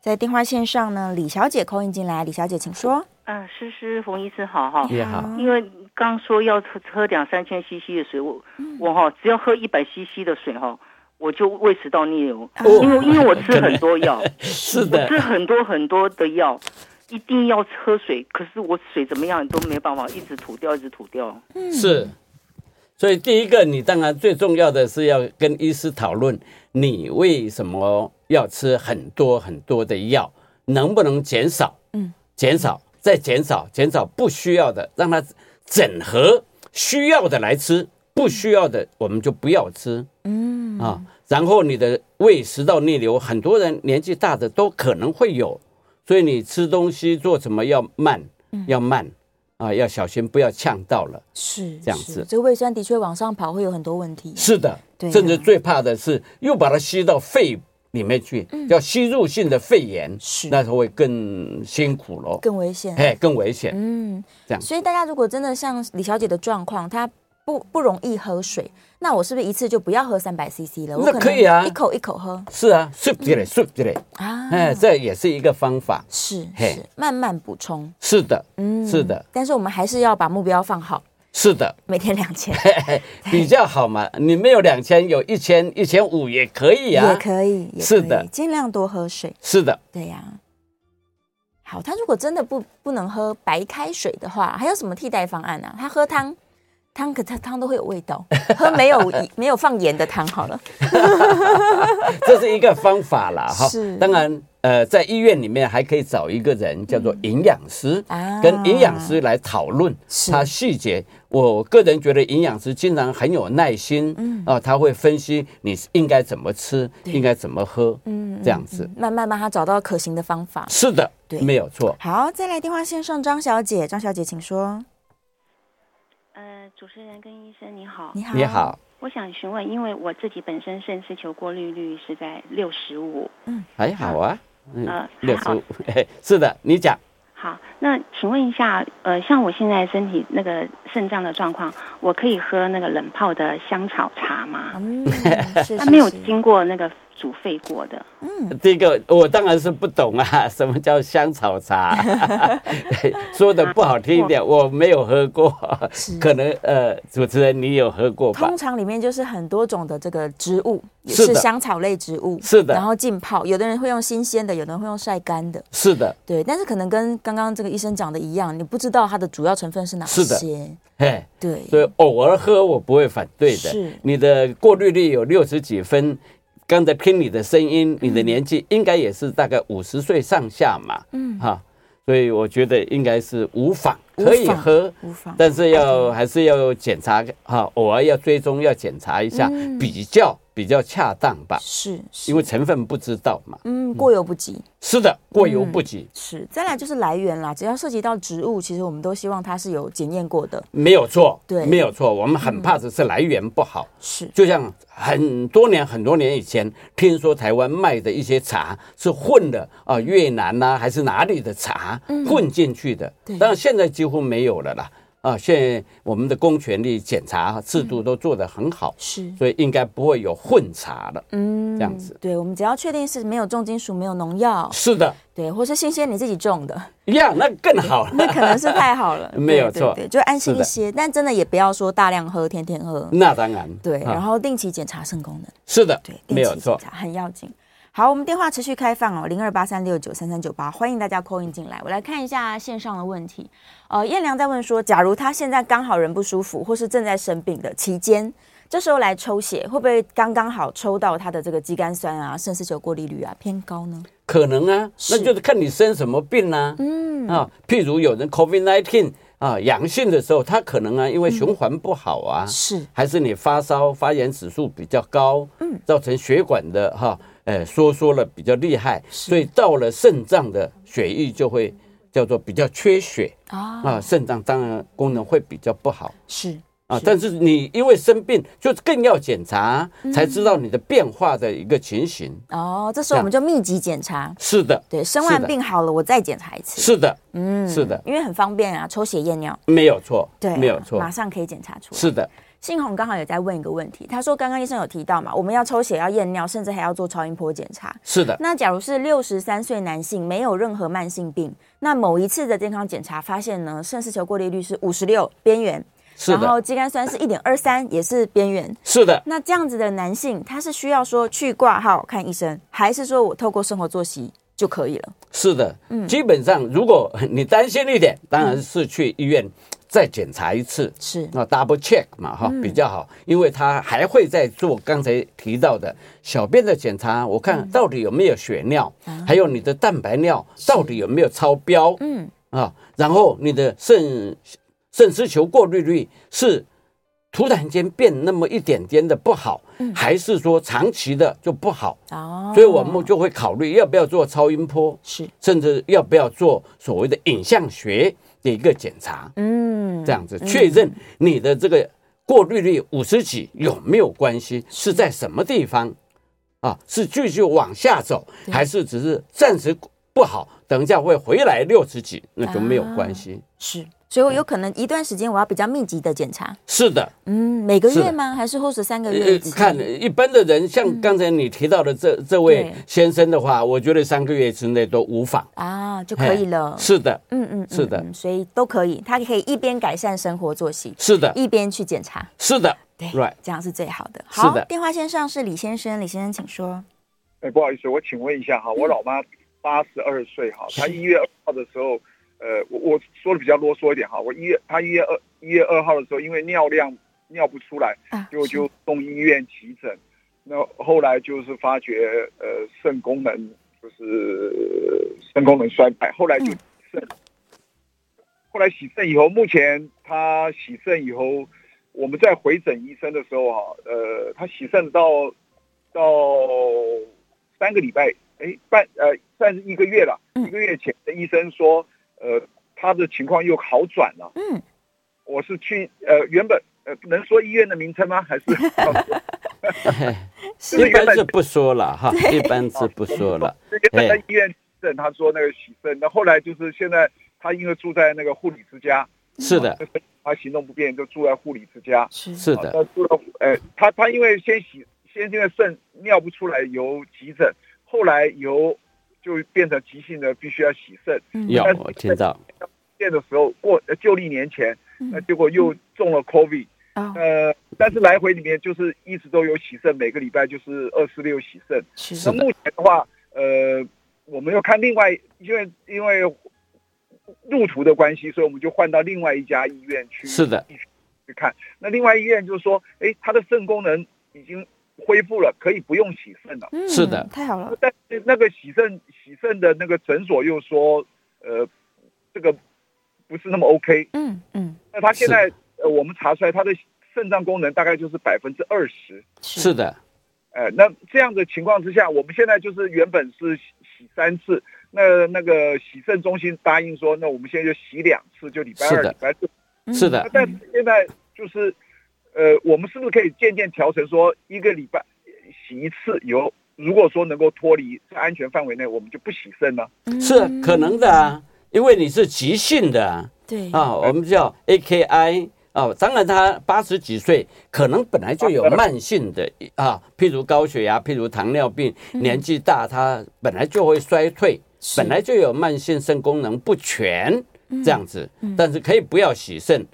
S2: 在电话线上呢，李小姐扣音进来，李小姐请说。
S4: 嗯，诗诗，冯医师好哈。
S3: 你好，
S4: 因为刚说要喝喝两三千 CC 的水，我、
S3: 嗯
S4: 我哈只要喝一百 CC 的水哈，我就胃食道逆流，
S3: 哦
S4: 因为因为我吃很多药，
S3: 是
S4: 我
S3: 的，
S4: 吃很多很多的药，一定要喝水，可是我水怎么样都没办法，一直吐掉，一直吐掉。
S2: 嗯
S3: 是，所以第一个，你当然最重要的是要跟医师讨论，你为什么要吃很多很多的药，能不能减少？
S2: 嗯，
S3: 减少，再减少，减少不需要的，让它整合需要的来吃，不需要的我们就不要吃
S2: 嗯，
S3: 啊。然后你的胃食道逆流，很多人年纪大的都可能会有，所以你吃东西做什么要慢，
S2: 嗯
S3: 要慢啊，要小心，不要呛到了。
S2: 是
S3: 这样
S2: 是
S3: 子
S2: 这个胃酸的确往上跑会有很多问题。
S3: 是的，
S2: 对啊
S3: 甚至最怕的是又把它吸到肺里面去，叫吸入性的肺炎，
S2: 嗯是
S3: 那时候会更辛苦咯，
S2: 更危险。
S3: 哎，更危险。
S2: 嗯，
S3: 这样
S2: 所以大家如果真的像李小姐的状况，她不不容易喝水，那我是不是一次就不要喝三百 CC 了？我
S3: 那
S2: 能
S3: 可以啊
S2: 一口一口喝
S3: 是啊，睡不起来，睡不起来，
S2: 嗯啊。
S3: 哎，这也是一个方法。
S2: 是
S3: 嘿
S2: 是，慢慢补充。
S3: 是的，
S2: 嗯
S3: 是的，
S2: 但是我们还是要把目标放好，
S3: 是的，
S2: 每天两千
S3: 嘿嘿比较好嘛。你没有两千，有一千、一千五也可以
S2: 也
S3: 啊。
S2: 可以，也
S3: 是
S2: 可以
S3: 的
S2: 尽量多喝水。
S3: 是的，
S2: 对呀、好，他如果真的不不能喝白开水的话，还有什么替代方案呢、啊？他喝汤，汤可他汤都会有味 道，喝没有没有放盐的汤好了。
S3: 这是一个方法啦，哈
S2: 是。
S3: 当然，呃，在医院里面还可以找一个人叫做营养师，
S2: 啊
S3: 跟营养师来讨论
S2: 是
S3: 它细节。我个人觉得营养师经常很有耐心，嗯啊，他会分析你应该怎么吃，应该怎么喝，嗯，这样子。
S2: 慢慢帮他找到可行的方法。
S3: 是的
S2: 对，
S3: 没有错。
S2: 好，再来电话线上张小姐，张小姐请说。
S5: 呃，主持人跟医生你好，
S2: 你好，
S3: 你好，
S5: 我想询问，因为我自己本身肾丝球过滤率是在六十五，
S3: 还好啊，嗯
S5: 呃，
S3: 六十
S5: 还
S3: 五， 嘿是的，你讲。
S5: 好，那请问一下，呃，像我现在身体那个肾脏的状况，我可以喝那个冷泡的香草茶吗？
S2: 嗯， 是
S5: 啊它没有
S2: 是
S5: 经过那个煮沸过的，
S3: 这个我当然是不懂啊， 什么叫香草茶？ 说的不好听一点，我没有喝过，可能呃，主持人你有喝过吧
S2: 通？常里面就是很多种的这个植物，也
S3: 是
S2: 是
S3: 的
S2: 香草类植物，
S3: 是的
S2: 然后浸泡，有的人会用新鲜的，有的人会用晒干的，
S3: 是的，
S2: 对。但是可能跟刚刚这个医生讲的一样，你不知道它的主要成分是哪些，
S3: 是的嘿，
S2: 对，
S3: 所以偶尔喝我不会反对的
S2: 是。
S3: 你的过滤率有六十几分，刚才听你的声
S2: 嗯
S3: 音，你的年纪应该也是大概五十岁上下嘛，嗯，哈，所以我觉得应该是无妨，
S2: 无
S3: 可以
S2: 妨
S3: 喝，
S2: 无妨。
S3: 但是要还是要检查哈，偶尔要追踪要检查一下，比较比较恰当吧，
S2: 是嗯是，
S3: 因为成分不知道嘛。
S2: 嗯，过犹不及。
S3: 是的，过犹不及，
S2: 是，再来就是来源啦，只要涉及到植物，其实我们都希望它是有检验过的。
S3: 没有错，
S2: 嗯对嗯
S3: 没有错。我们很怕的是来源不好，
S2: 是，
S3: 就像很多年很多年以前，听说台湾卖的一些茶是混的啊、越南呐、还是哪里的茶、混进去的
S2: 嗯对，
S3: 当然现在几乎没有了啦。啊，现在我们的公权力检查制
S2: 嗯
S3: 度都做得很好，
S2: 是，
S3: 所以应该不会有混茶了。
S2: 嗯
S3: 这样子
S2: 对，我们只要确定是没有重金属、没有农药，
S3: 是的，
S2: 对，或是新鲜你自己种的，
S3: 呀，那更好了。
S2: 那可能是太好了，
S3: 没有错
S2: 对，对对就安心
S3: 是
S2: 一
S3: 的
S2: 些。但真的也不要说大量喝，天天喝，
S3: 那当然，
S2: 对，
S3: 啊
S2: 然后定期检查肾功能，
S3: 是的
S2: 对，，
S3: 没
S2: 定
S3: 有
S2: 期检
S3: 错。
S2: 查很要紧。好，我们电话持续开放哦，零二八三六九三三九八，欢迎大家扣印进来。我来看一下线上的问题，呃，燕良在问说，假如他现在刚好人不舒服，或是正在生病的期间，这时候来抽血，会不会刚刚好抽到他的这个肌酐酸啊、肾丝球过滤率啊偏高呢？
S3: 可能啊，那
S2: 是
S3: 就是看你生什么病啦、啊。嗯啊，譬如有人 COVID nineteen 啊阳性的时候，他可能啊因为循环不好啊，
S2: 嗯是
S3: 还是你发烧发炎指数比较高，嗯，造成血管的哈呃收缩了比较厉害，所以到了肾脏的血液就会叫做比较缺血
S2: 啊，
S3: 啊，肾脏当然功能会比较不好。
S2: 是
S3: 啊，但是你因为生病，就更要检查，
S2: 嗯
S3: 才知道你的变化的一个情形。
S2: 哦，这时候我们就密集检查，
S3: 是的，
S2: 对，生完
S3: 是的
S2: 病好了，我再检查一次。
S3: 是的，
S2: 嗯
S3: 是的
S2: 因为很方便啊，抽血验尿，
S3: 没有错，
S2: 对啊、
S3: 没有错
S2: 马，上可以检查出来。
S3: 是的，
S2: 信宏刚好有在问一个问题，他说刚刚医生有提到嘛，我们要抽血、要验尿，甚至还要做超音波检查。
S3: 是的，
S2: 那假如是六十三岁男性，没有任何慢性病，那某一次的健康检查发现呢，肾丝球过滤率是五十六边缘，
S3: 是
S2: 然后
S3: 的，
S2: 肌酐酸是一点二三，也是边缘。
S3: 是的，
S2: 那这样子的男性，他是需要说去挂号看医生，还是说我透过生活作息就可以了？
S3: 是的。
S2: 嗯
S3: 基本上，如果你担心一点，当然是去医院再检查一次，
S2: 是
S3: 那 double check 嘛，哈，
S2: 嗯
S3: 比较好，因为他还会再做刚才提到的小便的检查，我
S2: 嗯
S3: 看到底有没有血尿，
S2: 啊
S3: 还有你的蛋白尿到底有没有超标，
S2: 嗯，
S3: 啊，然后你的肾肾丝球过滤率是突然间变那么一点点的不好，还是说长期的就不好？
S2: 嗯哦
S3: 所以我们就会考虑要不要做超音波，
S2: 是
S3: 甚至要不要做所谓的影像学的一个检查，
S2: 嗯
S3: 这样子确认你的这个过滤率五十几有没有关系，是在什么地方啊？是继续往下走，还是只是暂时不好，等一下会回来六十几，那就没有关
S2: 啊
S3: 系。
S2: 是，所以我有
S3: 嗯
S2: 可能一段时间我要比较密集的检查，
S3: 是的，
S2: 嗯，每个
S3: 是
S2: 月
S3: 的
S2: 吗？还是或者三个月
S3: 呃
S2: 一，次？
S3: 看一般的人，像刚才你提到的这这位
S2: 嗯对
S3: 先生的话，我觉得三个月之内都无妨，
S2: 啊就可以了
S3: 嘿。是的，
S2: 嗯嗯，嗯
S3: 是的
S2: 嗯所以都可以，他可以一边改善生活作息，
S3: 是的，
S2: 一边去检查，
S3: 是的，
S2: 对
S3: 啊 Right
S2: 这样是最好的。
S3: 是
S2: 好，
S3: 的
S2: 电话线上是李先生，李先生请说。
S6: 哎，不好意思，我请问一下哈，我老妈八十二岁哈，他一月二号的时候，呃，我我说的比较啰嗦一点哈，我一月他一月二一月二号的时候，因为尿量尿不出来，
S2: 啊
S6: 结果就送医院急诊。那后来就是发觉呃肾功能就是呃肾功能衰败，后来就
S2: 嗯
S6: 肾，后来洗肾以后，目前他洗肾以后，我们在回诊医生的时候啊，呃，他洗肾到到三个礼拜，哎半呃算是一个月了，
S2: 嗯
S6: 一个月前的医生说，呃，他的情况又好转了。
S2: 嗯，
S6: 我是去呃原本呃能说医院的名称吗？还是？
S2: 是
S3: 一般是不说了哈，一般是不说了。
S6: 直接
S3: 哎
S6: 在医院诊，他说那个洗肾，那后来就是现在他因为住在那个护理之家，啊
S3: 是的，
S6: 他行动不便，就住在护理之家。
S2: 是
S3: 是
S6: 那
S3: 的，
S6: 住到呃，他他因为先洗，先因为肾尿不出来由急诊，后来由就变成急性的，必须要洗肾。
S3: 有
S6: 但是
S3: 我听到，
S6: 变的时候过呃旧历年前，那结果又中了 COVID，
S2: 哦，
S6: 呃，但是来回里面就是一直都有洗肾，每个礼拜就是二四六洗肾。
S2: 是
S6: 那目前的话，呃，我们又看另外，因为因为路途的关系，所以我们就换到另外一家医院去
S3: 是的
S6: 去看。那另外医院就是说，哎，他的肾功能已经恢复了，可以不用洗肾了。
S2: 嗯
S3: 是的
S2: 太好了，
S6: 但是那个洗肾洗肾的那个诊所又说，呃，这个不是那么 OK。
S2: 嗯嗯，
S6: 那他现在呃，我们查出来他的肾脏功能大概就是百分之二十。
S3: 是的，
S6: 呃，那这样的情况之下，我们现在就是原本是洗洗三次，那那个洗肾中心答应说，那我们现在就洗两次，就礼拜
S3: 是
S6: 二、
S3: 的呃
S6: 礼拜六。
S2: 嗯
S3: 是的
S6: 那但是现在就是，呃，我们是不是可以渐渐调成说，一个礼拜呃洗一次以后，如果说能够脱离在安全范围内，我们就不洗肾呢？
S3: 是啊可能的啊，因为你是急性的啊，
S2: 对
S3: 啊，我们叫 AKI 啊，当然他八十几岁，可能本来就有慢性的啊，譬如高血压，譬如糖尿病，年纪大他本来就会衰退，
S2: 嗯是嗯
S3: 本来就有慢性肾功能不全这样子，但是可以不要洗肾。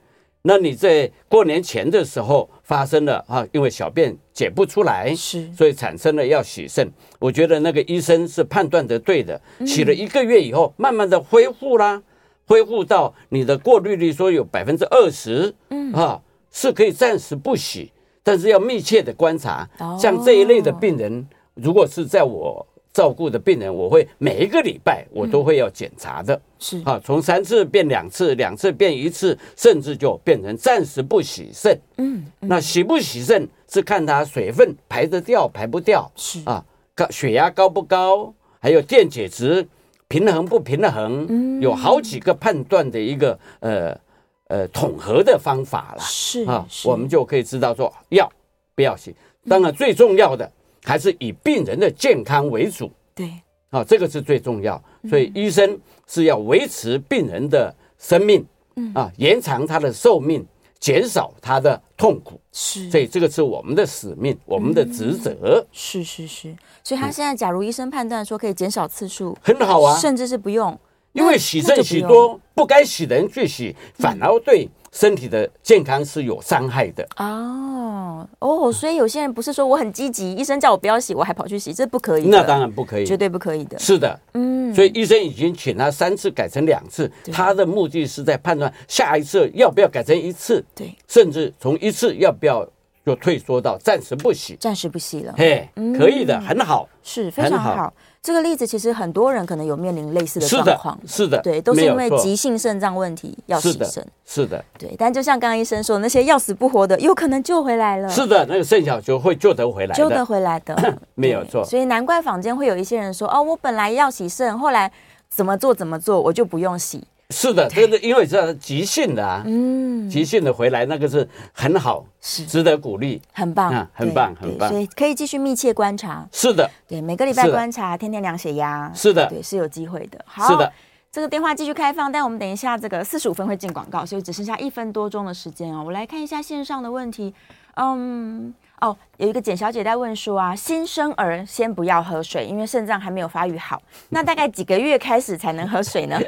S3: 那你在过年前的时候发生了啊，因为小便解不出来，
S2: 是
S3: 所以产生了要洗肾。我觉得那个医生是判断的对的，
S2: 嗯
S3: 洗了一个月以后，慢慢的恢复啦，恢复到你的过滤率说有百分之二十，嗯啊，是可以暂时不洗，但是要密切的观察
S2: 哦。
S3: 像这一类的病人，如果是在我照顾的病人，我会每一个礼拜我都会要检查的。
S2: 是
S3: 啊，从三次变两次，两次变一次，甚至就变成暂时不洗肾。
S2: 嗯，
S3: 那洗不洗肾是看它水分排得掉排不掉
S2: 是
S3: 啊，高血压高不高，还有电解质平衡不平衡，
S2: 嗯
S3: 有好几个判断的一个呃呃统合的方法啦。
S2: 是
S3: 啊，
S2: 是
S3: 我们就可以知道说要不要洗。当然，最重要的还是以病人的健康为主。
S2: 对
S3: 啊，这个是最重要。
S2: 嗯
S3: 所以医生是要维持病人的生命，
S2: 嗯
S3: 啊，延长他的寿命，减少他的痛苦。
S2: 是
S3: 所以这个是我们的使命，我们的职责，
S2: 是是是，所以他现在假如医生判断说可以减少次数，
S3: 嗯很好啊。
S2: 甚至是不用，
S3: 因为洗
S2: 那
S3: 肾
S2: 就
S3: 洗
S2: 不用嗯
S3: 多，不该洗的人去洗，反而对身体的健康是有伤害的。
S2: 哦哦，所以有些人不是说我很积极，医生叫我不要洗，我还跑去洗，这不可以的，
S3: 那当然不可以，
S2: 绝对不可以的。
S3: 是的。
S2: 嗯，
S3: 所以医生已经请他三次改成两次，他的目的是在判断下一次要不要改成一次，
S2: 对，
S3: 甚至从一次要不要就退缩到暂时不洗。
S2: 暂时不洗了，
S3: 嘿，可以的，很好，
S2: 是非常
S3: 很好
S2: 好。这个例子其实很多人可能有面临类似的
S3: 是
S2: 状
S3: 的
S2: 况，，
S3: 是的，
S2: 对，都是
S3: 没有
S2: 因为
S3: 错
S2: 急性肾脏问题要
S3: 是
S2: 洗
S3: 的
S2: 肾，
S3: 是的，
S2: 对。但就像刚刚医生说，那些要死不活的，有可能救回来了，
S3: 是的，那个肾小球会救得回来
S2: 救得
S3: 的，，
S2: 回来嗯的
S3: 没有
S2: 对
S3: 错
S2: 所以难怪坊间会有一些人说，哦，我本来要洗肾，后来怎么做怎么做，我就不用洗。
S3: 是的，这个因为是急性的啊，
S2: 嗯，
S3: 急性的回来那个是很好，
S2: 是
S3: 值得鼓励，
S2: 很棒，
S3: 啊很
S2: 对
S3: 棒
S2: 对
S3: 很棒
S2: 所以可以继续密切观察，
S3: 是的，
S2: 对，每个礼拜
S3: 是的
S2: 观察，天天量血压，
S3: 是的
S2: 对，是有机会的。好，
S3: 是的，
S2: 这个电话继续开放，但我们等一下这个四十五分会进广告，所以只剩下一分多钟的时间哦。我来看一下线上的问题。嗯，哦，有一个简小姐在问说啊，新生儿先不要喝水，因为肾脏还没有发育好，那大概几个月开始才能喝水 呢？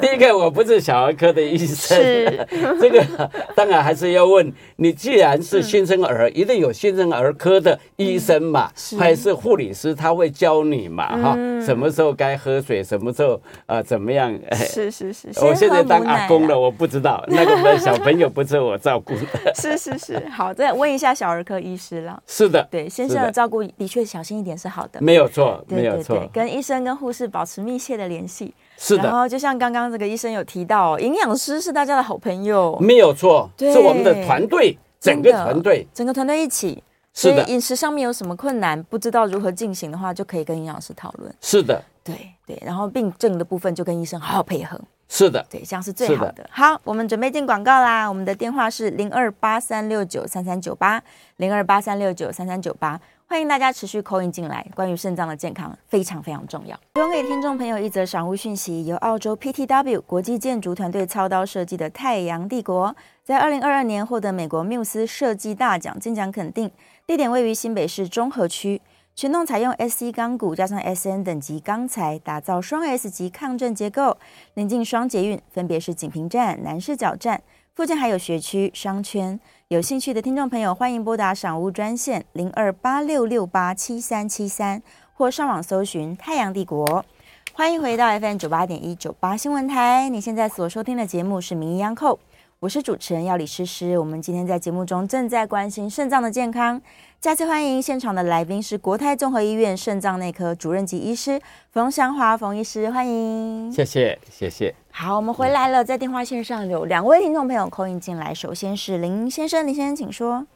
S3: 第一个，我不是小儿科的医生，
S2: 是
S3: 这个当然还是要问你，既然是新生儿，一定有新生儿科的医生嘛，
S2: 嗯
S3: 还是护理师，他会教你嘛，哈、什么时候该喝水，什么时候呃怎么样？哎
S2: 是是是，
S3: 我
S2: 先
S3: 现
S2: 喝
S3: 在当
S2: 母
S3: 阿
S2: 奶啊
S3: 公
S2: 啦
S3: 了，我不知道那个我的小朋友不是我照顾的，
S2: 是是是，好，再问一下小儿科医师啦。
S3: 是的，
S2: 对，先
S3: 是
S2: 生的
S3: 的
S2: 照顾的确小心一点是好的，
S3: 没有错，
S2: 对
S3: 没有
S2: 对
S3: 错
S2: 对，跟医生跟护士保持密切的联系。
S3: 是的
S2: 然，后就像刚刚这个医生有提到，营养师是大家的好朋友，
S3: 没有错，
S2: 对
S3: 是我们的团队，嗯整个
S2: 真的
S3: 团队，
S2: 整个团队一起。
S3: 是的
S2: 所以饮食上面有什么困难，不知道如何进行的话，就可以跟营养师讨论。
S3: 是的，
S2: 对对，然后病症的部分就跟医生好好配合。
S3: 是的，
S2: 对，这样是最
S3: 是
S2: 好的。
S3: 的
S2: 好，我们准备进广告啦。我们的电话是零二八三六九三三九八，零二八三六九三三九八。欢迎大家持续扣印进来，关于肾脏的健康非常非常重要。提供给听众朋友一则赏物讯息，由澳洲 PTW 国际建筑团队操刀设计的太阳帝国，在二零二二年获得美国缪斯设计大奖金奖肯定。地点位于新北市中和区，全栋采用 SC 钢骨加上 SN 等级钢材，打造双 S 级抗震结构，临近双捷运，分别是锦屏站、南市角站，附近还有学区、商圈。有兴趣的听众朋友，欢迎拨打赏屋专线零二八六六八七三七三，或上网搜寻太阳帝国。欢迎回到 FM 九八点一九八新闻台，你现在所收听的节目是《名医央叩》，我是主持人药理诗诗。我们今天在节目中正在关心肾脏的健康，再次欢迎现场的来宾是国泰综合医院肾脏内科主任级医师冯祥华冯医师，欢迎。
S3: 谢谢，谢谢。
S2: 好，我们回来了，在电话线上有两位听众朋友扣音进来，首先是林先生，林先生请说。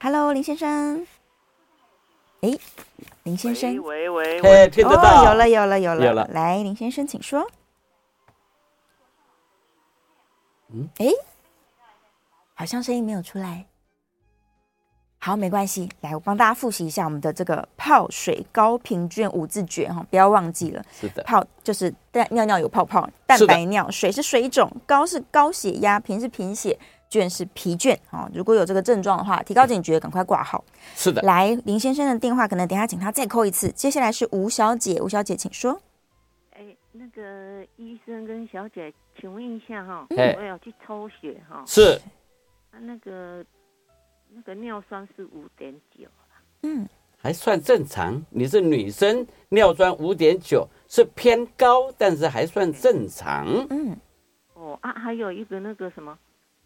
S2: Hello，林先生。诶，林先生，哦
S4: 喂喂喂，
S3: 哎，听得到，
S2: 有了，有了，有了，
S3: 有了
S2: 来，林先生请说。嗯，诶，好像声音没有出来。好，没关系，来，我帮大家复习一下我们的这个泡水高频卷五字诀哈，不要忘记了。
S3: 是的，
S2: 泡就是蛋尿尿有泡泡，蛋白尿，水是水肿，高是高血压，贫是贫血，倦是疲倦。哦，如果有这个症状的话，提高警觉，赶快挂号。
S3: 是的。
S2: 来，林先生的电话可能等一下请他再扣一次。接下来是吴小姐，吴小姐请说。
S5: 哎，那个医生跟小姐，请问一下哈、
S3: 哎
S5: 我要去抽血哈、
S3: 是
S5: 啊那个那个尿酸是五点九，
S2: 嗯，
S3: 还算正常。你是女生，尿酸五点九是偏高，但是还算正常。
S2: 嗯，
S5: 哦啊，还有一个那个什么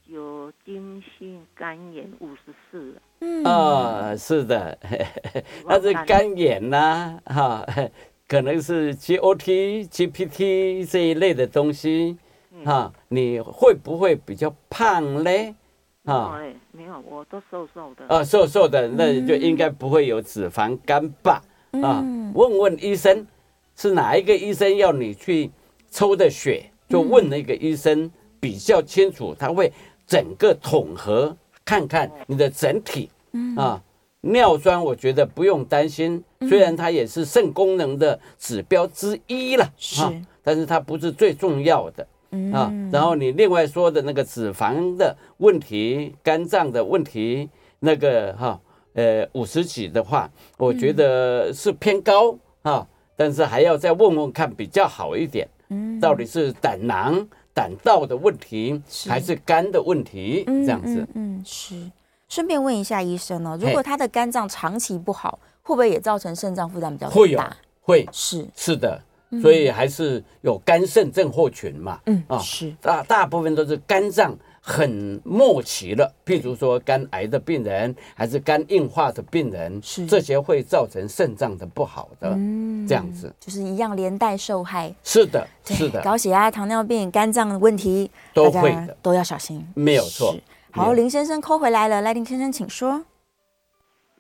S5: 酒精性肝炎五十四，
S2: 嗯，
S3: 啊、是的，那是肝炎呐、哈、可能是 GOT、GPT 这一类的东西，
S2: 嗯
S3: 哈、你会不会比较胖嘞？啊、
S5: 哦哎，没有，我都瘦瘦的。
S3: 啊，瘦瘦的，那就应该不会有脂肪肝吧？啊，问问医生是哪一个医生要你去抽的血，就问那个医生比较清楚，他会整个统合看看你的整体啊。尿酸我觉得不用担心，虽然它也是肾功能的指标之一了，
S2: 是
S3: 啊，但是它不是最重要的。啊，然后你另外说的那个脂肪的问题、肝脏的问题，那个哈、呃五十几的话，我觉得是偏高啊，但是还要再问问看比较好一点，
S2: 嗯
S3: 到底是胆囊、胆道的问题，
S2: 是
S3: 还是肝的问题？
S2: 嗯
S3: 这样子
S2: 嗯，嗯是。顺便问一下医生哦，如
S3: 嘿
S2: 果他的肝脏长期不好，会不会也造成肾脏负担比嗯较大？
S3: 会啊有会
S2: 是，
S3: 是的，所以还是有肝肾症候群嘛，
S2: 嗯，
S3: 啊
S2: 是，
S3: 大大部分都是肝脏很末期了，譬如说肝癌的病人，还是肝硬化的病人，
S2: 是
S3: 这些会造成肾脏的不好的，
S2: 嗯
S3: 这样子
S2: 就是一样连带受害。
S3: 是的，
S2: 对
S3: 是的，
S2: 高血压、糖尿病、肝脏问题
S3: 都
S2: 大
S3: 会
S2: 家
S3: 的
S2: 都要小心。
S3: 没有错
S2: 是。
S3: 没
S2: 好，
S3: 有
S2: 林先生扣回来了，来，林先生请说。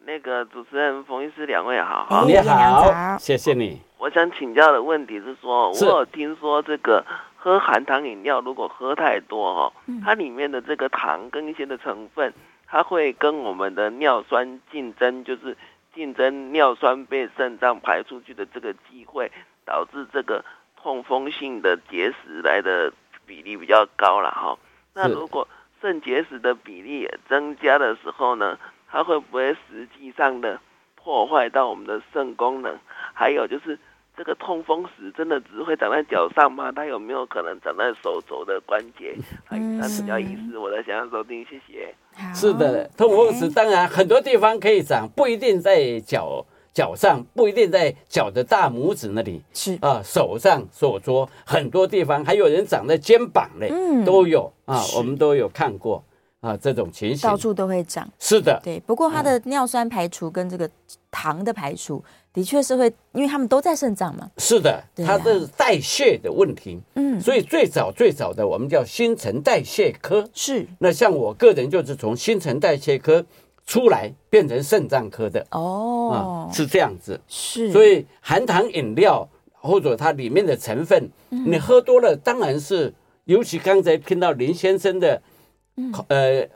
S7: 那个呃主持人冯医师，两位好
S2: 哎
S7: 哈。
S3: 你
S2: 叶良早
S3: 好，谢谢你，
S7: 我想请教的问题是说，
S3: 是
S7: 我有听说这个喝含糖饮料，如果喝太多哈、它里面的这个糖跟一些的成分，它会跟我们的尿酸竞争，就是竞争尿酸被肾脏排出去的这个机会，导致这个痛风性的结石来的比例比较高了哈、那
S3: 是
S7: 如果肾结石的比例也增加的时候呢，它会不会实际上的破坏到我们的肾功能？还有就是这个痛风石真的只会长在脚上吗？它有没有可能长在手肘的关节？啊，以上比较医师我的想要收听，谢谢。
S2: 好
S3: 是的，痛风
S2: 哎
S3: 石当然很多地方可以长，不一定在脚脚上，不一定在脚的大拇指那里
S2: 是
S3: 啊、手上、手肘很多地方，还有人长在肩膀嘞，
S2: 嗯
S3: 都有啊，
S2: 是
S3: 我们都有看过啊这种情形
S2: 到。处都会长。
S3: 是的，
S2: 对，不过
S3: 嗯
S2: 它的尿酸排除跟这个糖的排除，的确是会，因为它们都在肾脏嘛。
S3: 是的，
S2: 对
S3: 它
S2: 呀
S3: 这是代谢的问题。
S2: 嗯，
S3: 所以最早最早的我们叫新陈代谢科，
S2: 是
S3: 那像我个人就是从新陈代谢科出来变成肾脏科的啊、
S2: 哦，
S3: 是这样子。
S2: 是，
S3: 所以含糖饮料或者它里面的成分，你喝多了当然是，尤其刚才听到林先生的，呃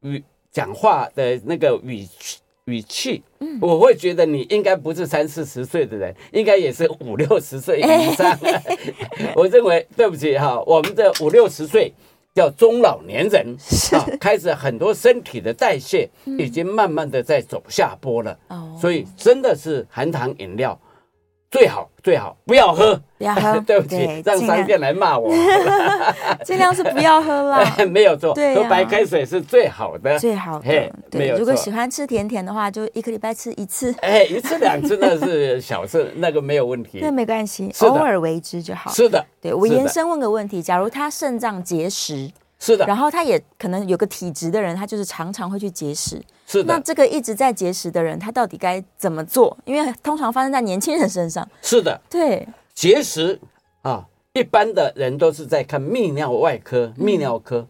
S3: 语讲话的那个语气语气，我会觉得你应该不是三四十岁的人，应该也是五六十岁以上。 我认为，对不起哈，我们这五六十岁。叫中老年人啊，开始很多身体的代谢已经慢慢的在走下坡了。
S2: 哦，
S3: 所以真的是含糖饮料最好最好不要喝，
S2: 不要喝，
S3: 对不起，让
S2: 尽
S3: 商
S2: 量
S3: 店来骂我，。
S2: 尽量是不要喝啦
S3: 没有错，
S2: 对呀啊
S3: 喝白开水是最好的，
S2: 最好
S3: 嘿
S2: 的，
S3: 没
S2: 对，
S3: 有
S2: 如果喜
S3: 错。
S2: 欢吃甜甜的话，就一个礼拜吃一次，
S3: 哎，一次两次那是小事，那个没有问题
S2: 那。没关系，
S3: 是的
S2: 偶尔为之就好。
S3: 是的，
S2: 对我
S3: 是的
S2: 延伸问个问题：假如他肾脏结石，
S3: 是
S2: 然
S3: 的，
S2: 后他也可能有个体质的人，他就是常常会去节食。
S3: 是
S2: 那
S3: 的，
S2: 这个一直在节食的人，他到底该怎么做？因为通常发生在年轻人身上。
S3: 是的。
S2: 对，
S3: 结石啊，一般的人都是在看泌尿外科、泌尿科。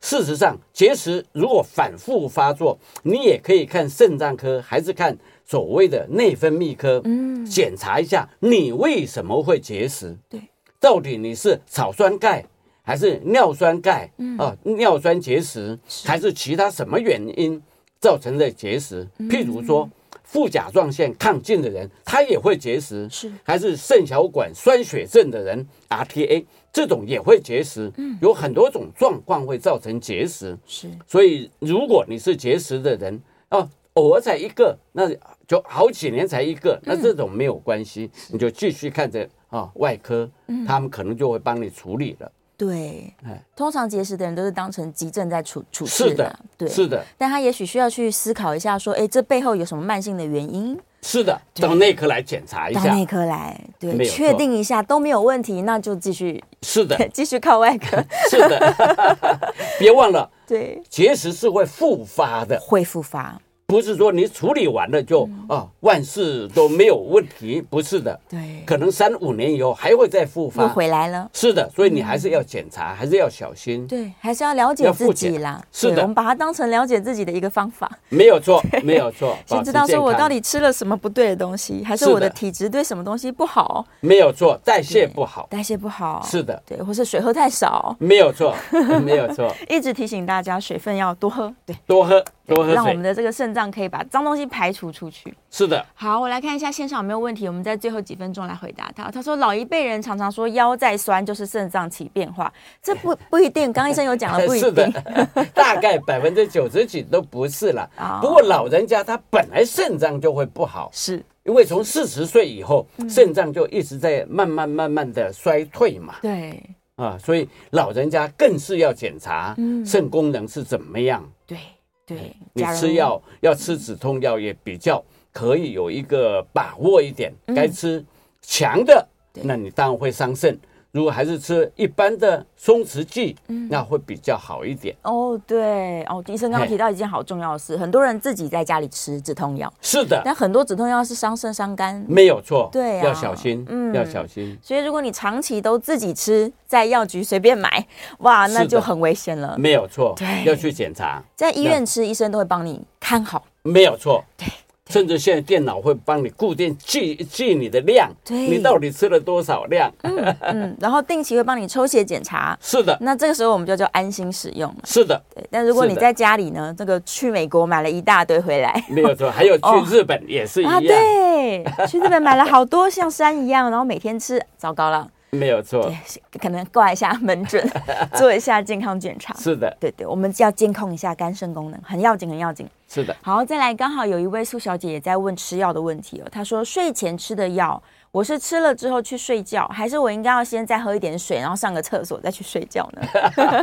S3: 事实上，结石如果反复发作，你也可以看肾脏科，还是看所谓的内分泌科，嗯，检查一下你为什么会结石。
S2: 对，
S3: 到底你是草酸钙还是尿酸钙？啊，尿酸结石还是其他什么原因造成的结石？譬如说。副甲状腺亢进的人，他也会结石，
S2: 是
S3: 还是肾小管酸血症的人 RTA 这种也会结石，嗯，有很多种状况会造成结石，
S2: 是
S3: 所以如果你是结石的人啊，偶尔才一个，那就好几年才一个，那这种没有关系，你就继续看着啊外科，他们可能就会帮你处理了。
S2: 对
S3: 哎。
S2: 通常节食的人都是当成急症在处处
S3: 是
S2: 置
S3: 的
S2: 的，，对。
S3: 是的，
S2: 但他也许需要去思考一下，说，哎，这背后有什么慢性的原因？
S3: 是的，到内科来检查一
S2: 到
S3: 下。
S2: 内科来，
S3: 没
S2: 对，
S3: 有错
S2: 确定一下都没有问题，那就继续
S3: 是的，
S2: 继续靠外 科，
S3: 是 的，别忘了。
S2: 对，
S3: 结石是会复发的，
S2: 会复发，
S3: 不是说你处理完了就、
S2: 嗯
S3: 啊万事都没有问题，不是的，
S2: 对，
S3: 可能三五年以后还会再复
S2: 又
S3: 发。
S2: 回来了。
S3: 是的，所以你还是要检查，还是要小心。
S2: 对，还是要了解
S3: 要复
S2: 自
S3: 检
S2: 己啦。
S3: 是
S2: 对
S3: 的
S2: 我们把它当成了解自己的一个方法。
S3: 没有 错，没有错，保
S2: 先
S3: 持
S2: 知道说我
S3: 健康
S2: 到底吃了什么不对的东西，还是
S3: 是
S2: 我的
S3: 的
S2: 体质对什么东西不好，
S3: 没有错，代谢不好，
S2: 代谢不好，
S3: 是的
S2: 对，或是水喝太少，
S3: 没有 错，没有错，
S2: 一直提醒大家水分要多喝，对，
S3: 多喝多喝
S2: 让我
S3: 水
S2: 们，的这个肾脏可以把脏东西排除出去。
S3: 是的，
S2: 好，我来看一下线上有没有问题，我们在最后几分钟来回答他。他说老一辈人常常说腰再酸就是肾脏起变化，这不不一定，刚刚医生有 讲了，不一
S3: 是的
S2: 定，，
S3: 大概百分之九十几都不是了
S2: 啊。
S3: 不过老人家他本来肾脏就会不好，
S2: 是，
S3: 因为从四十岁以后，
S2: 嗯
S3: 肾脏就一直在慢慢慢慢的衰退嘛，
S2: 对
S3: 啊，所以老人家更是要检查
S2: 嗯
S3: 肾功能是怎么样。
S2: 对对，
S3: 你
S2: 假如
S3: 吃药要吃止痛药也比较可以有一个把握一点，该吃强的，
S2: 嗯对
S3: 那你当然会伤肾。如果还是吃一般的松弛剂，
S2: 嗯
S3: 那会比较好一点。
S2: 哦，对哦，医生刚刚
S3: 嘿
S2: 提到一件好重要的事，很多人自己在家里吃止痛药，
S3: 是的，
S2: 但很多止痛药是伤肾伤肝，
S3: 没有错，
S2: 对啊
S3: 要小心，
S2: 嗯
S3: 要小心。
S2: 所以如果你长期都自己吃，在药局随便买，哇，
S3: 是
S2: 那
S3: 的
S2: 就很危险了。
S3: 没有错
S2: 对，
S3: 要去检查，
S2: 在医院吃，医生都会帮你看好，
S3: 没有错。甚至现在电脑会帮你固定记记你的量，
S2: 对
S3: 你到底吃了多少量？
S2: 嗯，然后定期会帮你抽血检查。
S3: 是的，
S2: 那这个时候我们就叫安心使用了。
S3: 是的，
S2: 对，但如果
S3: 是
S2: 你
S3: 的
S2: 在家里呢，这个去美国买了一大堆回来
S3: 没有错。还有去
S2: 哦
S3: 日本也是一
S2: 啊，
S3: 样，
S2: 对，去日本买了好多像山一样，然后每天吃，糟糕了，
S3: 没有错，
S2: 对，可能挂一下门 诊，做一下健康检查。
S3: 是的，
S2: 对对，我们要监控一下肝肾功能，很要紧，很要紧。
S3: 是的，
S2: 好，再来，刚好有一位苏小姐也在问吃药的问题哦。她说睡前吃的药，我是吃了之后去睡觉，还是我应该要先再喝一点水，然后上个厕所再去睡觉呢？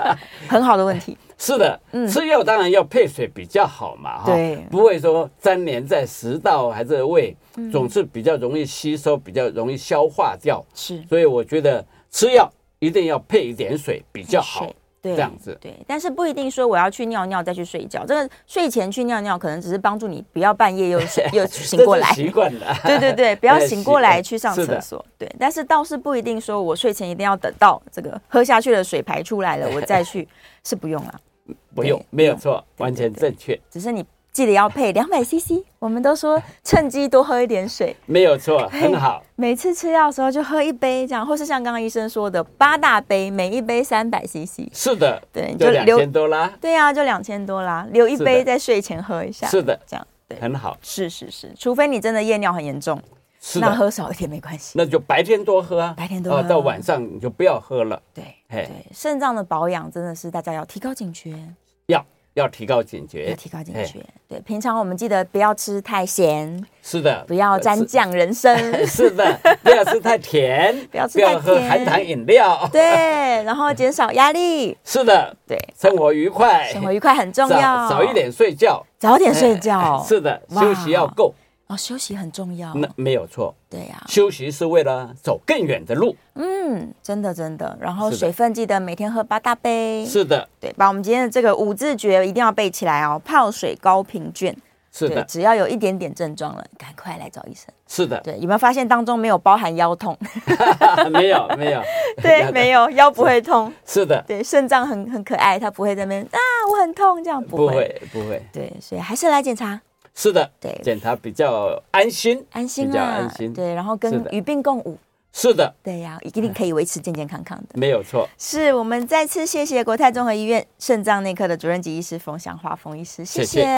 S2: 很好的问题，
S3: 是的。吃药当然要配水比较好嘛，哈
S2: 嗯对
S3: 不会说粘连在食道还是胃，
S2: 嗯
S3: 总是比较容易吸收，比较容易消化掉。
S2: 是
S3: 所以我觉得吃药一定要配一点水比较好
S2: 水。对
S3: 这样子
S2: 对，但是不一定说我要去尿尿再去睡觉，这个睡前去尿尿可能只是帮助你不要半夜又 醒又醒过来
S3: 这。是习惯 了。
S2: 对对对，不要
S3: 对
S2: 醒过来
S3: 习
S2: 去上
S3: 是
S2: 厕
S3: 的
S2: 所。对，但是倒是不一定说我睡前一定要等到这个喝下去的水排出来了，我再去是不用了。
S3: 不用
S2: 对，
S3: 没有错，完全
S2: 对对
S3: 正确，
S2: 只是你记得要配两百 CC。我们都说趁机多喝一点水，
S3: 没有错，很好。
S2: 每次吃药的时候就喝一杯这样，或是像刚刚医生说的八大杯，每一杯三百 CC。
S3: 是的，
S2: 对你
S3: 就
S2: 就
S3: 两
S2: 留
S3: 千多啦，
S2: 对啊，就两千多啦，留一
S3: 是的
S2: 杯在睡前喝一下。
S3: 是的
S2: 这样对，
S3: 很好。
S2: 是是是，除非你真的夜尿很严重，
S3: 是
S2: 那
S3: 的，
S2: 喝少一点没关系。
S3: 那就白天多喝啊，
S2: 白天多
S3: 啊
S2: 喝
S3: 到晚上你就不要喝了，
S2: 对
S3: 嘿
S2: 对，肾脏的保养真的是大家要提高警觉。
S3: 要要提高警觉，
S2: 要提高警
S3: 哎
S2: 觉。对，平常我们记得不要吃太咸，
S3: 是的，
S2: 不要
S3: 呃
S2: 沾
S3: 是。
S2: 酱人参
S3: 是 的，不要吃太甜，
S2: 不要吃
S3: 不要
S2: 太
S3: 喝
S2: 甜
S3: 含糖饮料。
S2: 对，然后减少压力，
S3: 是的，
S2: 对，
S3: 生活愉快，
S2: 生活愉快很重
S3: 哎早
S2: 要。
S3: 早一，点睡觉，
S2: 早点睡觉。
S3: 是的，
S2: 哇
S3: 休息要够，
S2: 哦，休息很重要。
S3: 那没有错。
S2: 对呀，
S3: 休息是为了走更远的路，
S2: 嗯，真的真的。然后
S3: 是的
S2: 水分记得每天喝八大杯。
S3: 是的，
S2: 对，把我们今天的这个五字诀一定要背起来哦。泡水高频卷，
S3: 是
S2: 对
S3: 的，
S2: 只要有一点点症状了，赶快来找医生。
S3: 是的，
S2: 对，有没有发现当中没有包含腰痛？
S3: 没有没有，
S2: 对，没有腰不会痛。
S3: 是的，
S2: 对，肾脏很很可爱，它不会在那边啊，我很痛这样不
S3: 不
S2: 会。
S3: 会不会，
S2: 对，所以还是来检查，
S3: 是的，
S2: 对
S3: 检查比较安心，
S2: 安心
S3: 比较
S2: 啦，
S3: 安心，
S2: 对，然后
S3: 是
S2: 跟
S3: 的哎
S2: 与病共舞，
S3: 是的，
S2: 对呀、一定可以维持健健康康的。
S3: 没有错，
S2: 是我们再次谢谢国泰综合医院肾脏内科的主任级医师冯祥华冯医师，
S3: 谢谢